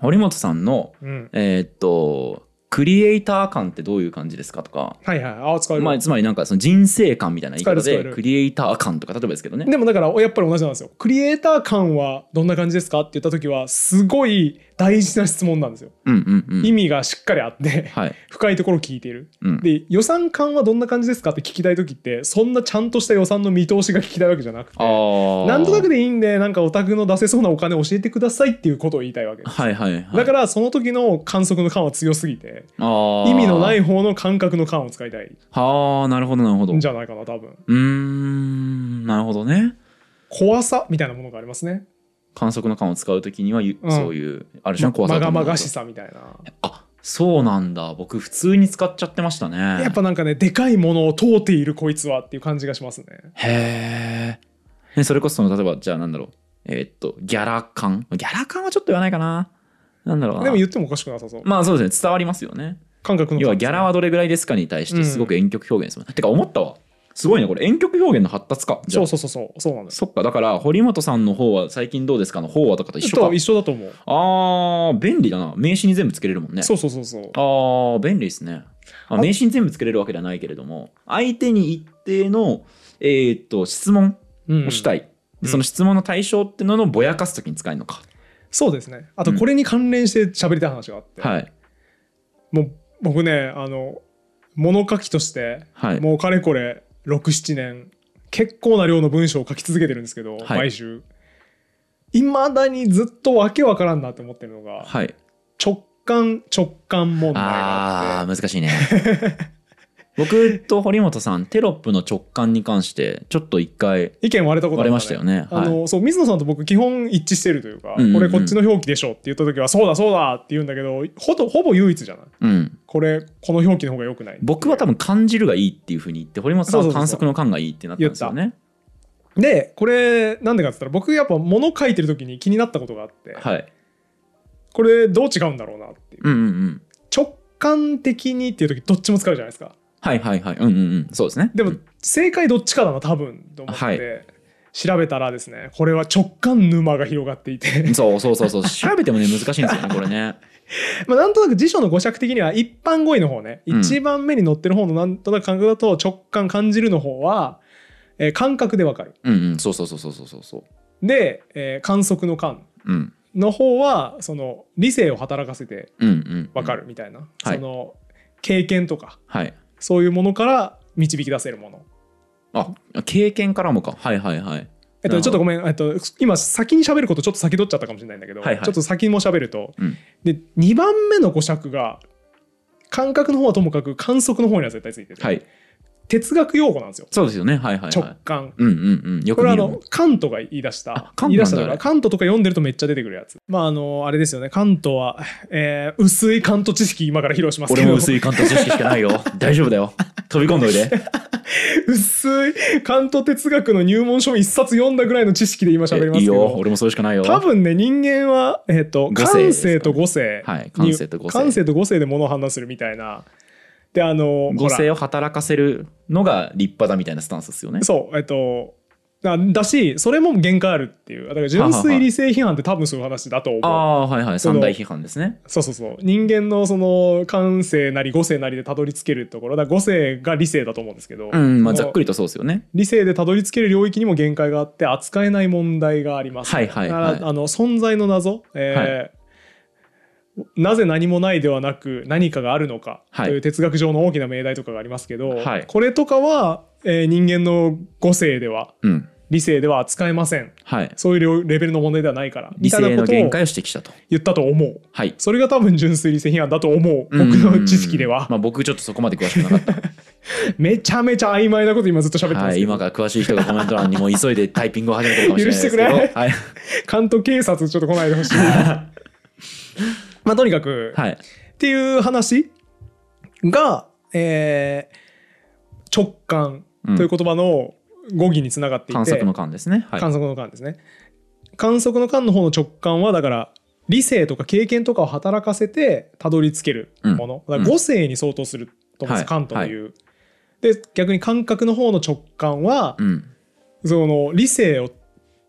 B: 堀本さんの
A: うん、
B: えっとクリエイター感ってどういう感じですかとか、
A: はいはいあ使える、
B: まあ、つまりなんかその人生観みたいな言い方
A: 使える使え
B: で
A: る
B: クリエイター感とか例えばですけどね
A: でもだからやっぱり同じなんですよ。クリエイター感はどんな感じですかって言った時はすごい大事な質問なんですよ。
B: うんうんう
A: 意
B: ん
A: 味がしっかりあって
B: はい
A: 深いところを聞いている。
B: うん
A: で予算感はどんな感じですかって聞きたい時ってそんなちゃんとした予算の見通しが聞きたいわけじゃなく
B: あ
A: て
B: ー
A: なんとなくでいいんでなんかお宅の出せそうなお金教えてくださいっていうことを言いたいわけです、
B: はいはいはい
A: だからその時の観測の感は強すぎて
B: あー
A: 意味のない方の感覚の感を使いたい
B: はあなるほどなるほど
A: ん
B: う
A: じゃないかな多分
B: ーんなるほどね
A: 怖さみたいなものがありますね
B: 観測の観を使う時にはゆ
A: うん
B: そういうある種
A: ま
B: の怖さ
A: ま
B: と
A: が
B: 思う
A: ま
B: んだ
A: が
B: けど
A: しさみたいな
B: あそうなんだ僕普通に使っちゃってましたね
A: やっぱなんかねでかいものを通っているこいつはっていう感じがしますね
B: へえ、ね、それこそその例えばじゃあなんだろうえーっとギャラ感ギャラ感はちょっと言わないかななんだろうな
A: でも言ってもおかしくなさそう
B: まあそうですね伝わりますよね
A: 感覚の感
B: 要はギャラはどれぐらいですかに対してすごく遠曲表現ですもん、てか思ったわすごいねこれ遠曲表現の発達かじ
A: そ
B: ゃあ
A: うそうそうそうそうなんです
B: そっかだから堀本さんの方は最近どうですかの方はとかと一緒か
A: と一緒だと思う
B: あー便利だな名詞に全部つけれるもんね
A: そうそうそうそう
B: あー便利ですね、
A: あ
B: まあ、名刺に全部つけれるわけではないけれども相手に一定の、えーっと質問
A: うん
B: をしたい、
A: うん
B: でその質問の対象ってのをぼやかすときに使えるのか、
A: そうですねあとこれに関連して喋りたい話があって、
B: はい
A: もう僕ねあの物書きとして
B: はい
A: もうかれこれ67年結構な量の文章を書き続けてるんですけど、
B: はい
A: 毎週いまだにずっとわけわからんなって思ってるのが
B: はい
A: 直感直感問題があ
B: あ
A: って
B: ー難しいね 僕と堀本さんテロップの直感に関してちょっと一回
A: 意見割れたことあるん
B: 割れ
A: だ
B: ましたよね
A: あ
B: はい
A: のそう水野さんと僕基本一致してるというか、
B: うんうんうん
A: これこっちの表記でしょって言った時はそうだそうだって言うんだけどほとほぼ唯一じゃない
B: うん、
A: これこの表記の方が良くない
B: 僕は多分感じるがいいっていうふうに言って堀本さん
A: そう
B: は
A: そうそう
B: 観測の感がいいってなったんですよね
A: でこれなんでかって言ったら僕やっぱ物書いてる時に気になったことがあって、
B: はい
A: これどう違うんだろうなっていう
B: うんうんうん
A: 直感的にっていう時どっちも使うじゃないですか
B: はいはいはいうんうんうんそうですね
A: で
B: う
A: も
B: ん
A: 正解どっちかだな多分と思って、
B: はい
A: 調べたらですねこれは直感沼が広がっていて
B: そうそうそうそう調べてもね難しいんですよねこれね
A: まあなんとなく辞書の語釈的には一般語彙の方ね、
B: うん
A: 一番目に載ってる方のなんとなく感覚だと直感感じるの方は、えー感覚でわかる
B: うんうんそうそうそうそうそうそうそう
A: で、えー観測の感
B: うん
A: の方はその理性を働かせて
B: うんうん
A: わかるみたいな、
B: はい
A: その経験とか
B: はい
A: そういうものから導き出せるもの。
B: あ経験からもかはいはいはい
A: えっ
B: なる
A: と、
B: ほど
A: ちょっとごめん、えっと、今先に喋ることちょっと先取っちゃったかもしれないんだけど、
B: はいはい
A: ちょっと先も喋ると、
B: うん
A: で2番目の語尺が感覚の方はともかく観測の方には絶対ついてる、
B: はい
A: 哲学用語なんですよ
B: そうですよねはいはいは
A: 直
B: い
A: 感、
B: うんうんうんよ
A: こ
B: く
A: れは
B: 見
A: あ
B: る
A: のカントが言い出した
B: あカン
A: 言
B: トなんだ
A: い出したという
B: あ
A: か
B: れ
A: カントとか読んでるとめっちゃ出てくるやつまああのあれですよねカントは、えー薄いカント知識今から披露しますけ
B: 俺
A: ど
B: も薄い関東知識しかな いよ大丈夫だよ飛び込んどいで
A: 薄いカント哲学の入門書を一冊読んだぐらいの知識で今喋り
B: え
A: ま
B: い
A: す
B: い
A: け
B: よ
A: ど
B: 俺もそれしかないよ
A: 多分ね人間は、えっと
B: 五性
A: 感
B: ですか
A: 性
B: ね
A: と語性
B: はい
A: に
B: 感性と語性
A: 感性と語性で物を判断するみたいなであの
B: 語
A: ほ
B: 性を働かせるのが立派だみたいなスタンスですよね
A: らそうえっ、とだだしそれも限界あるっていうだから純粋理性批判って多分そういう話だと思う
B: ああはいはい
A: その
B: 三大批判ですね
A: そうそうそう人間のその感性なり語性なりでたどり着けるところだから語性が理性だと思うんですけど、
B: うんまあざっく
A: り
B: りとそうですよね
A: 理性でたどり着ける領域にも限界があって扱えない問題があります、
B: はいはいはい
A: だからあの存在の謎、えーなぜ何もないではなく何かがあるのか
B: はい
A: という哲学上の大きな命題とかがありますけど、
B: はい
A: これとかは、えー人間の語性では
B: うん
A: 理性では扱えません
B: はい
A: そういうレレベルの問題ではないから
B: 理
A: みたい
B: 性
A: な
B: の
A: こと
B: 限
A: を
B: 界を指摘したと
A: 言ったと思う。
B: はい
A: それが多分純粋理性批判だと思う僕
B: うんうんうん
A: の知識では
B: まあ、僕ちょっとそこまで詳しくなかった
A: めちゃめちゃ曖昧なこと今ずっと喋ってます
B: は
A: け
B: い、
A: ど、
B: 今から詳しい人がコメント欄にも急いでタイピングを始めてるかもしれないですけど
A: 許してくれ
B: はい、
A: 関東警察ちょっと来ないでほ しいまあとにかく、
B: はい、
A: っていう話が、えー直感
B: うん
A: という言葉の語義につながっていて、
B: 観測の間ですね、はい、
A: 観測の感ですね観測の感の方の直感はだから理性とか経験とかを働かせてたどり着けるもの、
B: うん
A: だから五性に相当すると思うんです、
B: はい
A: 感という、で逆に感覚の方の直感は、
B: うん
A: その理性を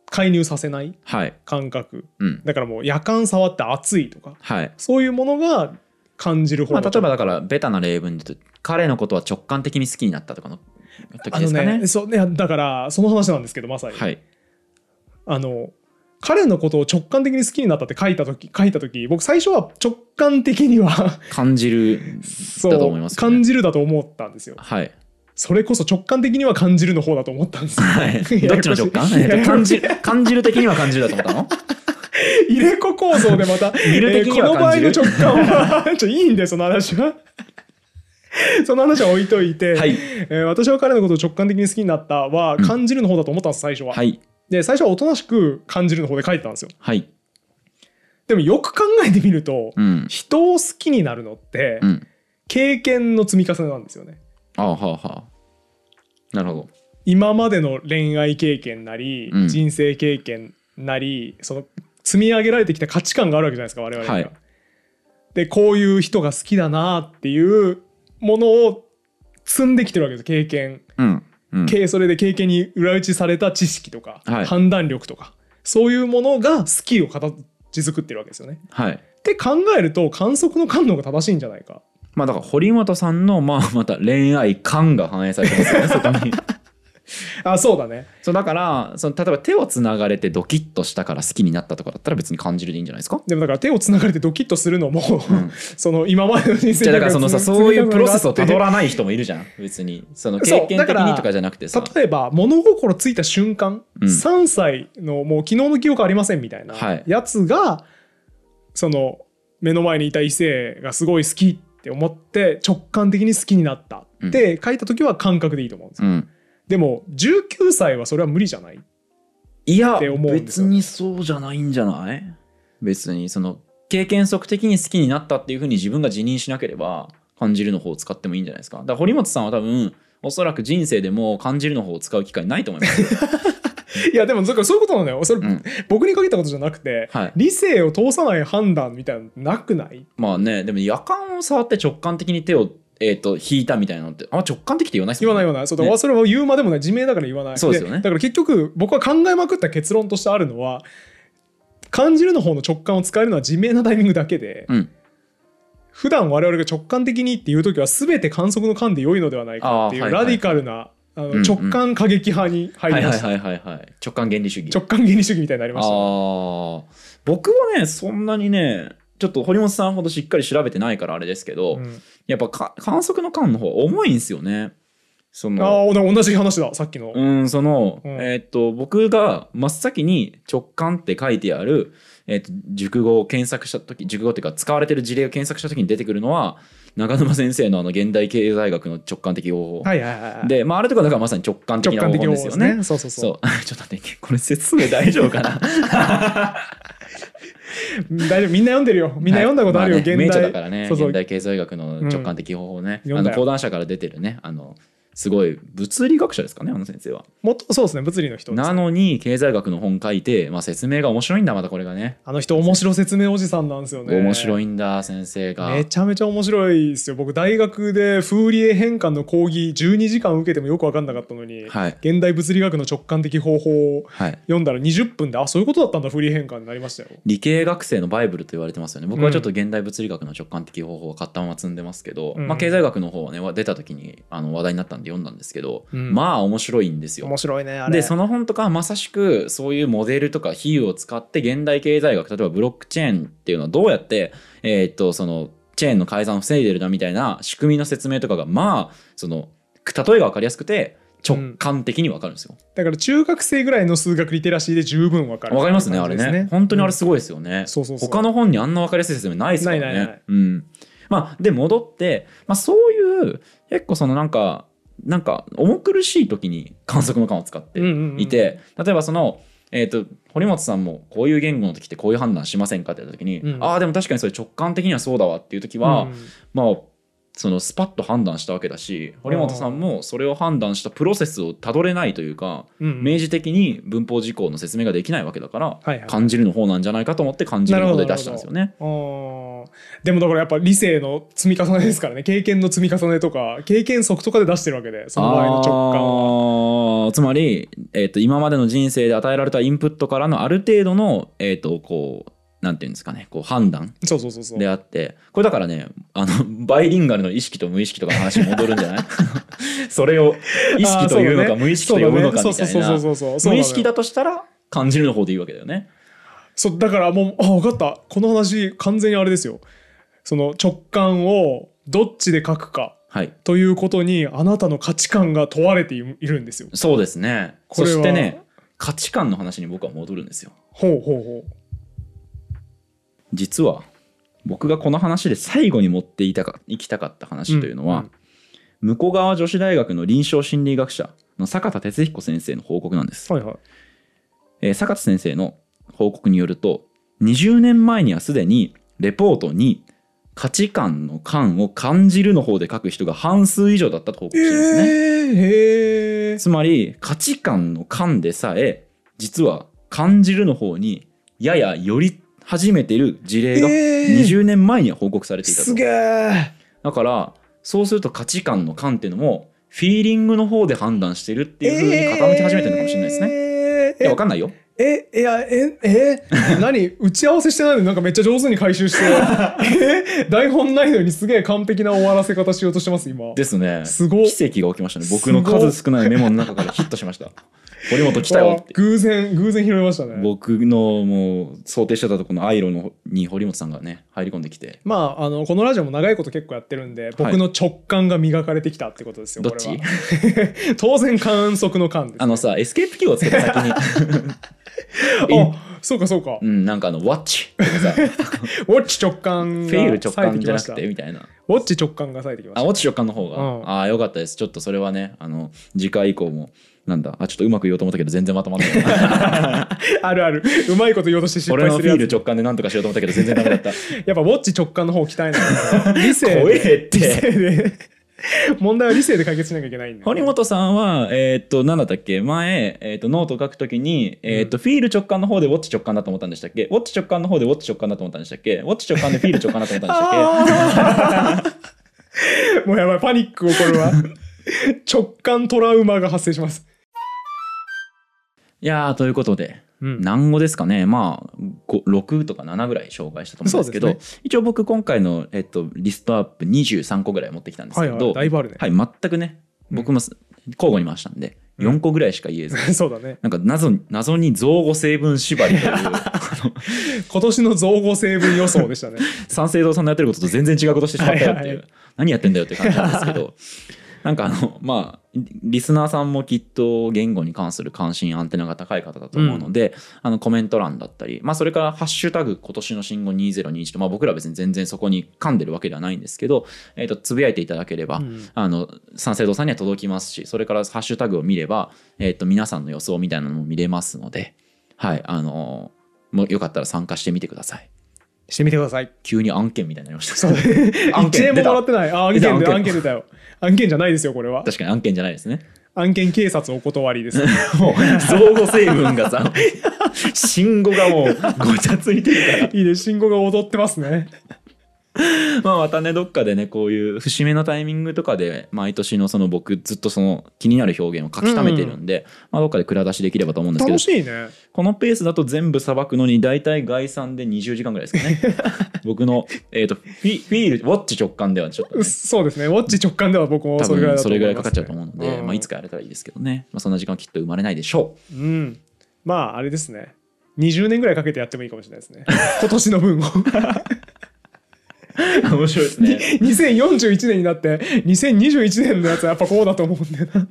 A: 介入させない
B: はい
A: 感覚
B: うん
A: だからもう夜間触って暑いとか
B: はい
A: そういうものが感じる方
B: まあ、
A: の
B: 例えばだからベタな例文で言うと彼のことは直感的に好きになったとかの時
A: あ
B: で
A: の
B: すかね
A: ねそうねだからその話なんですけどまさに、
B: はい
A: あの彼のことを直感的に好きになったって書いた時書いた時僕最初は直感的には
B: 感じる
A: そう
B: だと思いますよね
A: 感じるだと思ったんですよ
B: はい
A: それこそ直感的には感じるの方だと思ったんですよ
B: はいどっちの直感、
A: ややこしい
B: えっと感じる感じる的には感じるだと思ったの
A: 入れ子構造でまた
B: 見る的には
A: この場合
B: 感じ
A: の
B: る
A: 直感は ちょいいんでその話は その話は置いといて、
B: はい
A: えー私は彼のことを直感的に好きになったは
B: うん
A: 感じるの方だと思ったんです最初は、
B: はい
A: で最初はおとなしく感じるの方で書いてたんですよ
B: はい
A: でもよく考えてみると、
B: うん
A: 人を好きになるのって、
B: うん
A: 経験の積み重ねなんですよね
B: ああはあはあなるほど
A: 今までの恋愛経験なり、
B: うん
A: 人生経験なりその積み上げられてきた価値観があるわけじゃないですか我々には。
B: はい
A: でこういう人が好きだなっていうものを積んできてるわけです経験、
B: うんうん
A: けそれで経験に裏打ちされた知識とか、
B: はい
A: 判断力とかそういうものが好きを形作ってるわけですよね。
B: はい
A: って考えると観測の感度が正しいんじゃないか。
B: まあだから堀本さんのまあまた恋愛感が反映されてます よねそこに
A: あそうだね
B: そうだからその例えば手をつながれてドキッとしたから好きになったとかだったら別に感じるでいいんじゃないですか
A: でもだから手をつながれてドキッとするのも、
B: ん
A: その今までの人生
B: じゃあだからそのさそういうプロセスをたど
A: ら
B: らない人もいるじゃん別にその
A: そう
B: 経験
A: だか
B: 的
A: ら
B: にとかじゃなくてさ
A: 例えば物心ついた瞬間、
B: うん
A: 3歳のもう昨日の記憶ありませんみたいな
B: はい
A: やつが、その目の前にいた異性がすごい好きって思って直感的に好きになったって書いた時は感覚でいいと思うんですよ、
B: うん
A: でも19歳はそれは無理じゃない
B: いや
A: って思うんです
B: 別
A: よね
B: にそうじゃないんじゃない別にその経験則的に好きになったっていうふうに自分が辞任しなければ感じるの方を使ってもいいんじゃないですかだから堀本さんは多分おそらく人生でも感じるの方を使う機会ないと思いま すよ
A: いやでもだからそういうことなのよそれ、
B: うん
A: 僕にかけたことじゃなくて、
B: はい
A: 理性を通さない判断みたいなのなくない
B: まあねでも夜間を触って直感的に手を、えー、と引いたみたいなのってあんま直感的って言わないです
A: 言
B: もん
A: わない
B: ね
A: 言わないそうだ、
B: ね
A: それは言うまでもない自明だから言わない
B: そうですよね
A: だから結局僕は考えまくった結論としてあるのは感じるの方の直感を使えるのは自明なタイミングだけで、
B: うん
A: 普段我々が直感的にっていう時は全て観測の観で良いのではないかってい
B: あ
A: う
B: ーはいは
A: ラ
B: い
A: ディカルなあの
B: うんうん
A: 直感過激派に入
B: は
A: り
B: い
A: ま
B: はい
A: した
B: はいはいはい直感原理主義
A: 直感原理主義みたいになりましたね
B: ああ僕はねそんなにねちょっと堀本さんほどしっかり調べてないからあれですけど、
A: うん
B: やっぱか観測の間の方重いんですよねそ
A: あ
B: の
A: ー同じ話ださっきの、
B: うんその、
A: うん
B: えーっと僕が真っ先に直感って書いてある、えーっと熟語を検索した時熟語っていうか使われてる事例を検索した時に出てくるのは中沼先生のあの現代経済学の直感的方法、
A: はいはいはいはい
B: でまああれとかだからまさに直感的
A: 直
B: な方
A: 感
B: 法
A: 的な
B: ですよね
A: そうそう
B: そ
A: そう
B: ちょっと待ってこれ説明大丈夫かな
A: う大丈夫みんな読んでるよみんな読んだことあるよ、
B: はいまね
A: 現
B: 名著
A: 代
B: だからね
A: そうそう
B: 現代経済学の直感的方法ね、
A: うん読
B: あ
A: んだ
B: の
A: よ
B: 講談社から出てるねあのすごい物理学者ですかねあの先生は
A: もっとそうですね物理の人ですね
B: なのに経済学の本書いて、まあ、説明が面白いんだまたこれがね
A: あの人面白説明おじさんなんですよね。
B: 面白
A: い。
B: いんだ先生が
A: めちゃめちゃ面白いですよ。僕大学でフーリエ変換の講義12時間受けてもよく分かんなかったのに、
B: はい
A: 現代物理学の直感的方法を
B: はい
A: 読んだら20分であそういうことだったんだフーリエ変換になりましたよ。
B: 理系学生のバイブルと言われてますよね僕はちょっと現代物理学の直感的方法を買ったまま積んでますけど、
A: うん
B: まあ、経済学の方はね出た時にあの話題になったんで読んだんですけど、
A: うん
B: まあ面白いんですよ
A: 面白いねあれ。
B: でその本とかはまさしくそういうモデルとか比喩を使って現代経済学例えばブロックチェーンっていうのはどうやって、えーっとそのチェーンの改ざんを防いでるなみたいな仕組みの説明とかがまあその例えが分かりやすくて直感的に分かるんですよ。
A: だから中学生ぐらいの数学リテラシーで十分分かる。
B: 分かりますねあれね。本当にあれすごいですよね。
A: そうそうそう
B: 他の本にあんな分かりやすい説明ないですからね。
A: ないないない
B: うんまあ、で戻って、まあ、そういう結構そのなんかなんか重苦しい時に観測の感を使って
A: うんうんうん
B: いて、例えばその、えー、と堀本さんもこういう言語の時ってこういう判断しませんかって言った時に、
A: うん
B: ああでも確かにそれ直感的にはそうだわっていう時は、まあそのスパッと判断したわけだし堀本さんもそれを判断したプロセスをたどれないというか、
A: うんうん
B: 明示的に文法事項の説明ができないわけだから、
A: はいはい
B: 感じるの方なんじゃないかと思って感じるの方で出したんですよね。
A: あーでもだからやっぱ理性の積み重ねですからね経験の積み重ねとか経験則とかで出してるわけでその場合の直感は
B: あーつまり、えっと今までの人生で与えられたインプットからのある程度の、えっとこうなんていうんですかねこう判断
A: そうそうそうそう
B: であってこれだからねあの バイリンガルの意識と無意識とかの話に戻るんじゃない それを意識というのか無意識と呼ぶのかみたいな
A: そうそうそうそうそうそうそう
B: 無意識
A: だ
B: だとしたら感じるの方でいいわけだよね。
A: そうだからもうあ分かったこの話完全にあれですよその直感をどっちで書くか
B: はい、
A: ということにあなたの価値観が問われているんですよ
B: そうですね。
A: こ
B: そ
A: れは
B: してね価値観の話に僕は戻るんですよ。
A: ほうほうほう
B: 実は僕がこの話で最後に持っていたか行きたかった話というのは、
A: んん
B: 向こう側女子大学の臨床心理学者の坂田哲彦先生の報告なんです、
A: はいはい
B: えー坂田先生の報告によると20年前にはすでにレポートに価値観の感を感じるの方で書く人が半数以上だったと報告してるんですね、
A: えー、へえ
B: つまり価値観の感でさえ実は感じるの方にやや寄り始めてる事例が
A: えー
B: 20年前には報告されていたと、
A: すげえ
B: だからそうすると価値観の観っていうのもフィーリングの方で判断してるっていう風に傾き始めてるのかもしれないですね。
A: ね
B: いやわかんないよ。
A: え、いや、え、え、何 打ち合わせしてないのになんかめっちゃ上手に回収して、え台本ないのにすげえ完璧な終わらせ方しようとしてます、今。
B: ですね。
A: すごっ
B: 奇跡が起きましたね。僕の
A: すごっ
B: 数少ないメモの中からヒットしました。堀本来たよって
A: あ。偶然、偶然拾いましたね。
B: 僕のもう想定してたところのアイロのに堀本さんがね入り込んできて。
A: まあ、あの、このラジオも長いこと結構やってるんで、僕の直感が磨かれてきたってことですよ、
B: ど
A: こ
B: っ
A: れ
B: ち
A: は。 当然、観測の感です。
B: あのさエスケープキーをつけた先に
A: あ、そうかそうか
B: う。んなんかあの「ワッチ」とかさ「フ
A: ウォッチ直感が
B: ェイル
A: 冴え
B: 直
A: て
B: 感
A: き
B: じ
A: ま
B: ゃな
A: した。
B: く
A: ウ
B: て」
A: ォ
B: みたいな
A: ッチ直感が冴えてきま
B: あ、
A: し
B: 落ち食感の方が。
A: うん
B: ああ、よかったです。ちょっとそれはね、あの、次回以降も、なんだ、あ、ちょっとうまく言おうと思ったけど、全然まとま んない。
A: た。あるある。うまいこと言おうとして失
B: 俺
A: 敗
B: の
A: す
B: フ
A: る
B: ィ
A: や
B: ー
A: つ
B: ル。直感でなんとかしようと思ったけど、全然ダメだ った。
A: やっぱウォッチ直感の方鍛え ないと理性
B: 怖えっ
A: 理
B: て。
A: 性で問題は理性で解決しなきゃいけないんで
B: 堀本さんは、えーっと、なんだったっけ前、えーっと、ノートを書くときに、えーっと、フィール直感の方でウォッチ直感だと思ったんでしたっけウォッチ直感の方でウォッチ直感だと思ったんでしたっけウォッチ直感でフィール直感だと思ったん でした
A: あ
B: っ
A: ーもうやばいパニック起こるわ直感トラウマが発生します、
B: けいやー、ということで、
A: うん
B: 何語ですかねまあご6とか7ぐらい紹介したと思うんですけど
A: そうで
B: 一応僕今回の、えっと、リストアップ23個ぐらい持ってきたんです
A: は
B: け
A: い
B: ど、
A: はいだいぶあるね、
B: はい全くね僕も交互に回したんで、
A: うん
B: 4個ぐらいしか言えず。
A: そうだね
B: なんか謎に謎に造語成分縛りというあの
A: 今年の造語成分予想でしたね
B: 三省堂さんのやってることと全然違うことしてしまったよっていう
A: はいはいは
B: 何やってんだよって感じなんですけど なんかあのまあリスナーさんもきっと言語に関する関心アンテナが高い方だと思うので、あのコメント欄だったり、まあ、それから「ハッシュタグ今年の新語2021」と、まあ、僕らは別に全然そこに噛んでるわけではないんですけど、えー、とつぶやいていただければ、
A: うん
B: あの三省堂さんには届きますしそれからハッシュタグを見れば、えー、と皆さんの予想みたいなのも見れますので、はい、あのもうよかったら参加してみてください。
A: してみてください
B: 急に案件みたいになりました。
A: そう1円も
B: 出た
A: もらってないあ案
B: 出た
A: 件で
B: 案件
A: 案件出たよ案件じゃないですよこれは
B: 確かに案件じゃな いですね。
A: 案件警察お断 りです
B: もう、造語成分が さ、信号がもうごちゃついてるから。
A: いいね信号が踊ってますね
B: まあまたね、どっかでね、こういう節目のタイミングとかで、毎年のその僕、ずっとその気になる表現を書き溜めてるんで、まあどっかで蔵出しできればと思うんですけど
A: 楽、しいね
B: このペースだと全部さばくのに、大体概算で20時間ぐらいです かね。僕の、えっ、と、フィフィール、ウォッチ直感ではちょっと、ね。
A: そうですね、ウォッチ直感では僕も
B: 多
A: それぐらいだと
B: 分そ
A: 思います、
B: れ
A: ね、
B: ぐらいかかっちゃうと思うので、
A: うん
B: まあ、いつかやれたらいいですけどね、まあ、そんな時間はきっと生まれないでしょう。
A: うん。まあ、あれですね。20年ぐらいかけてやってもいいかもしれないですね。今年の分を。
B: 面白いですね。
A: 2041年になって、2021年のやつはやっぱこうだと思うんだよな。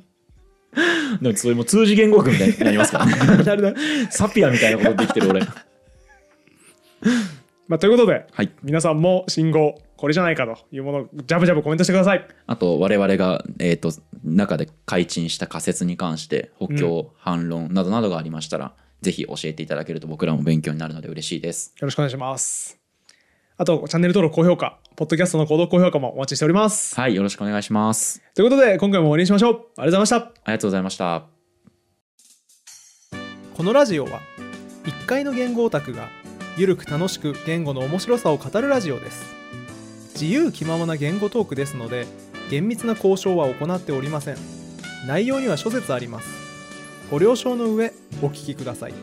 B: でもそれも通じ言語学みたいになりますからね。
A: なるなる
B: サピアみたいな ことできてる俺。は
A: まあ、ということで、
B: い。
A: 皆さんも信号、今これじゃないかというものをジャブジャブコメントしてください
B: あと我々が、えー、と中で開陳した仮説に関して補強、反論などなどがありましたらぜひ教えていただけると僕らも勉強になるので嬉しいです
A: よろしくお願いしますあとチャンネル登録高評価ポッドキャストの購読高評価もお待ちしております
B: はいよろしくお願いします
A: ということで今回も終わりにしましょうありがとうございました
B: ありがとうございました
A: このラジオは1階の言語オタクがゆるく楽しく言語の面白さを語るラジオです自由気ままな言語トークですので厳密な交渉は行っておりません内容には諸説ありますご了承の上お聞きください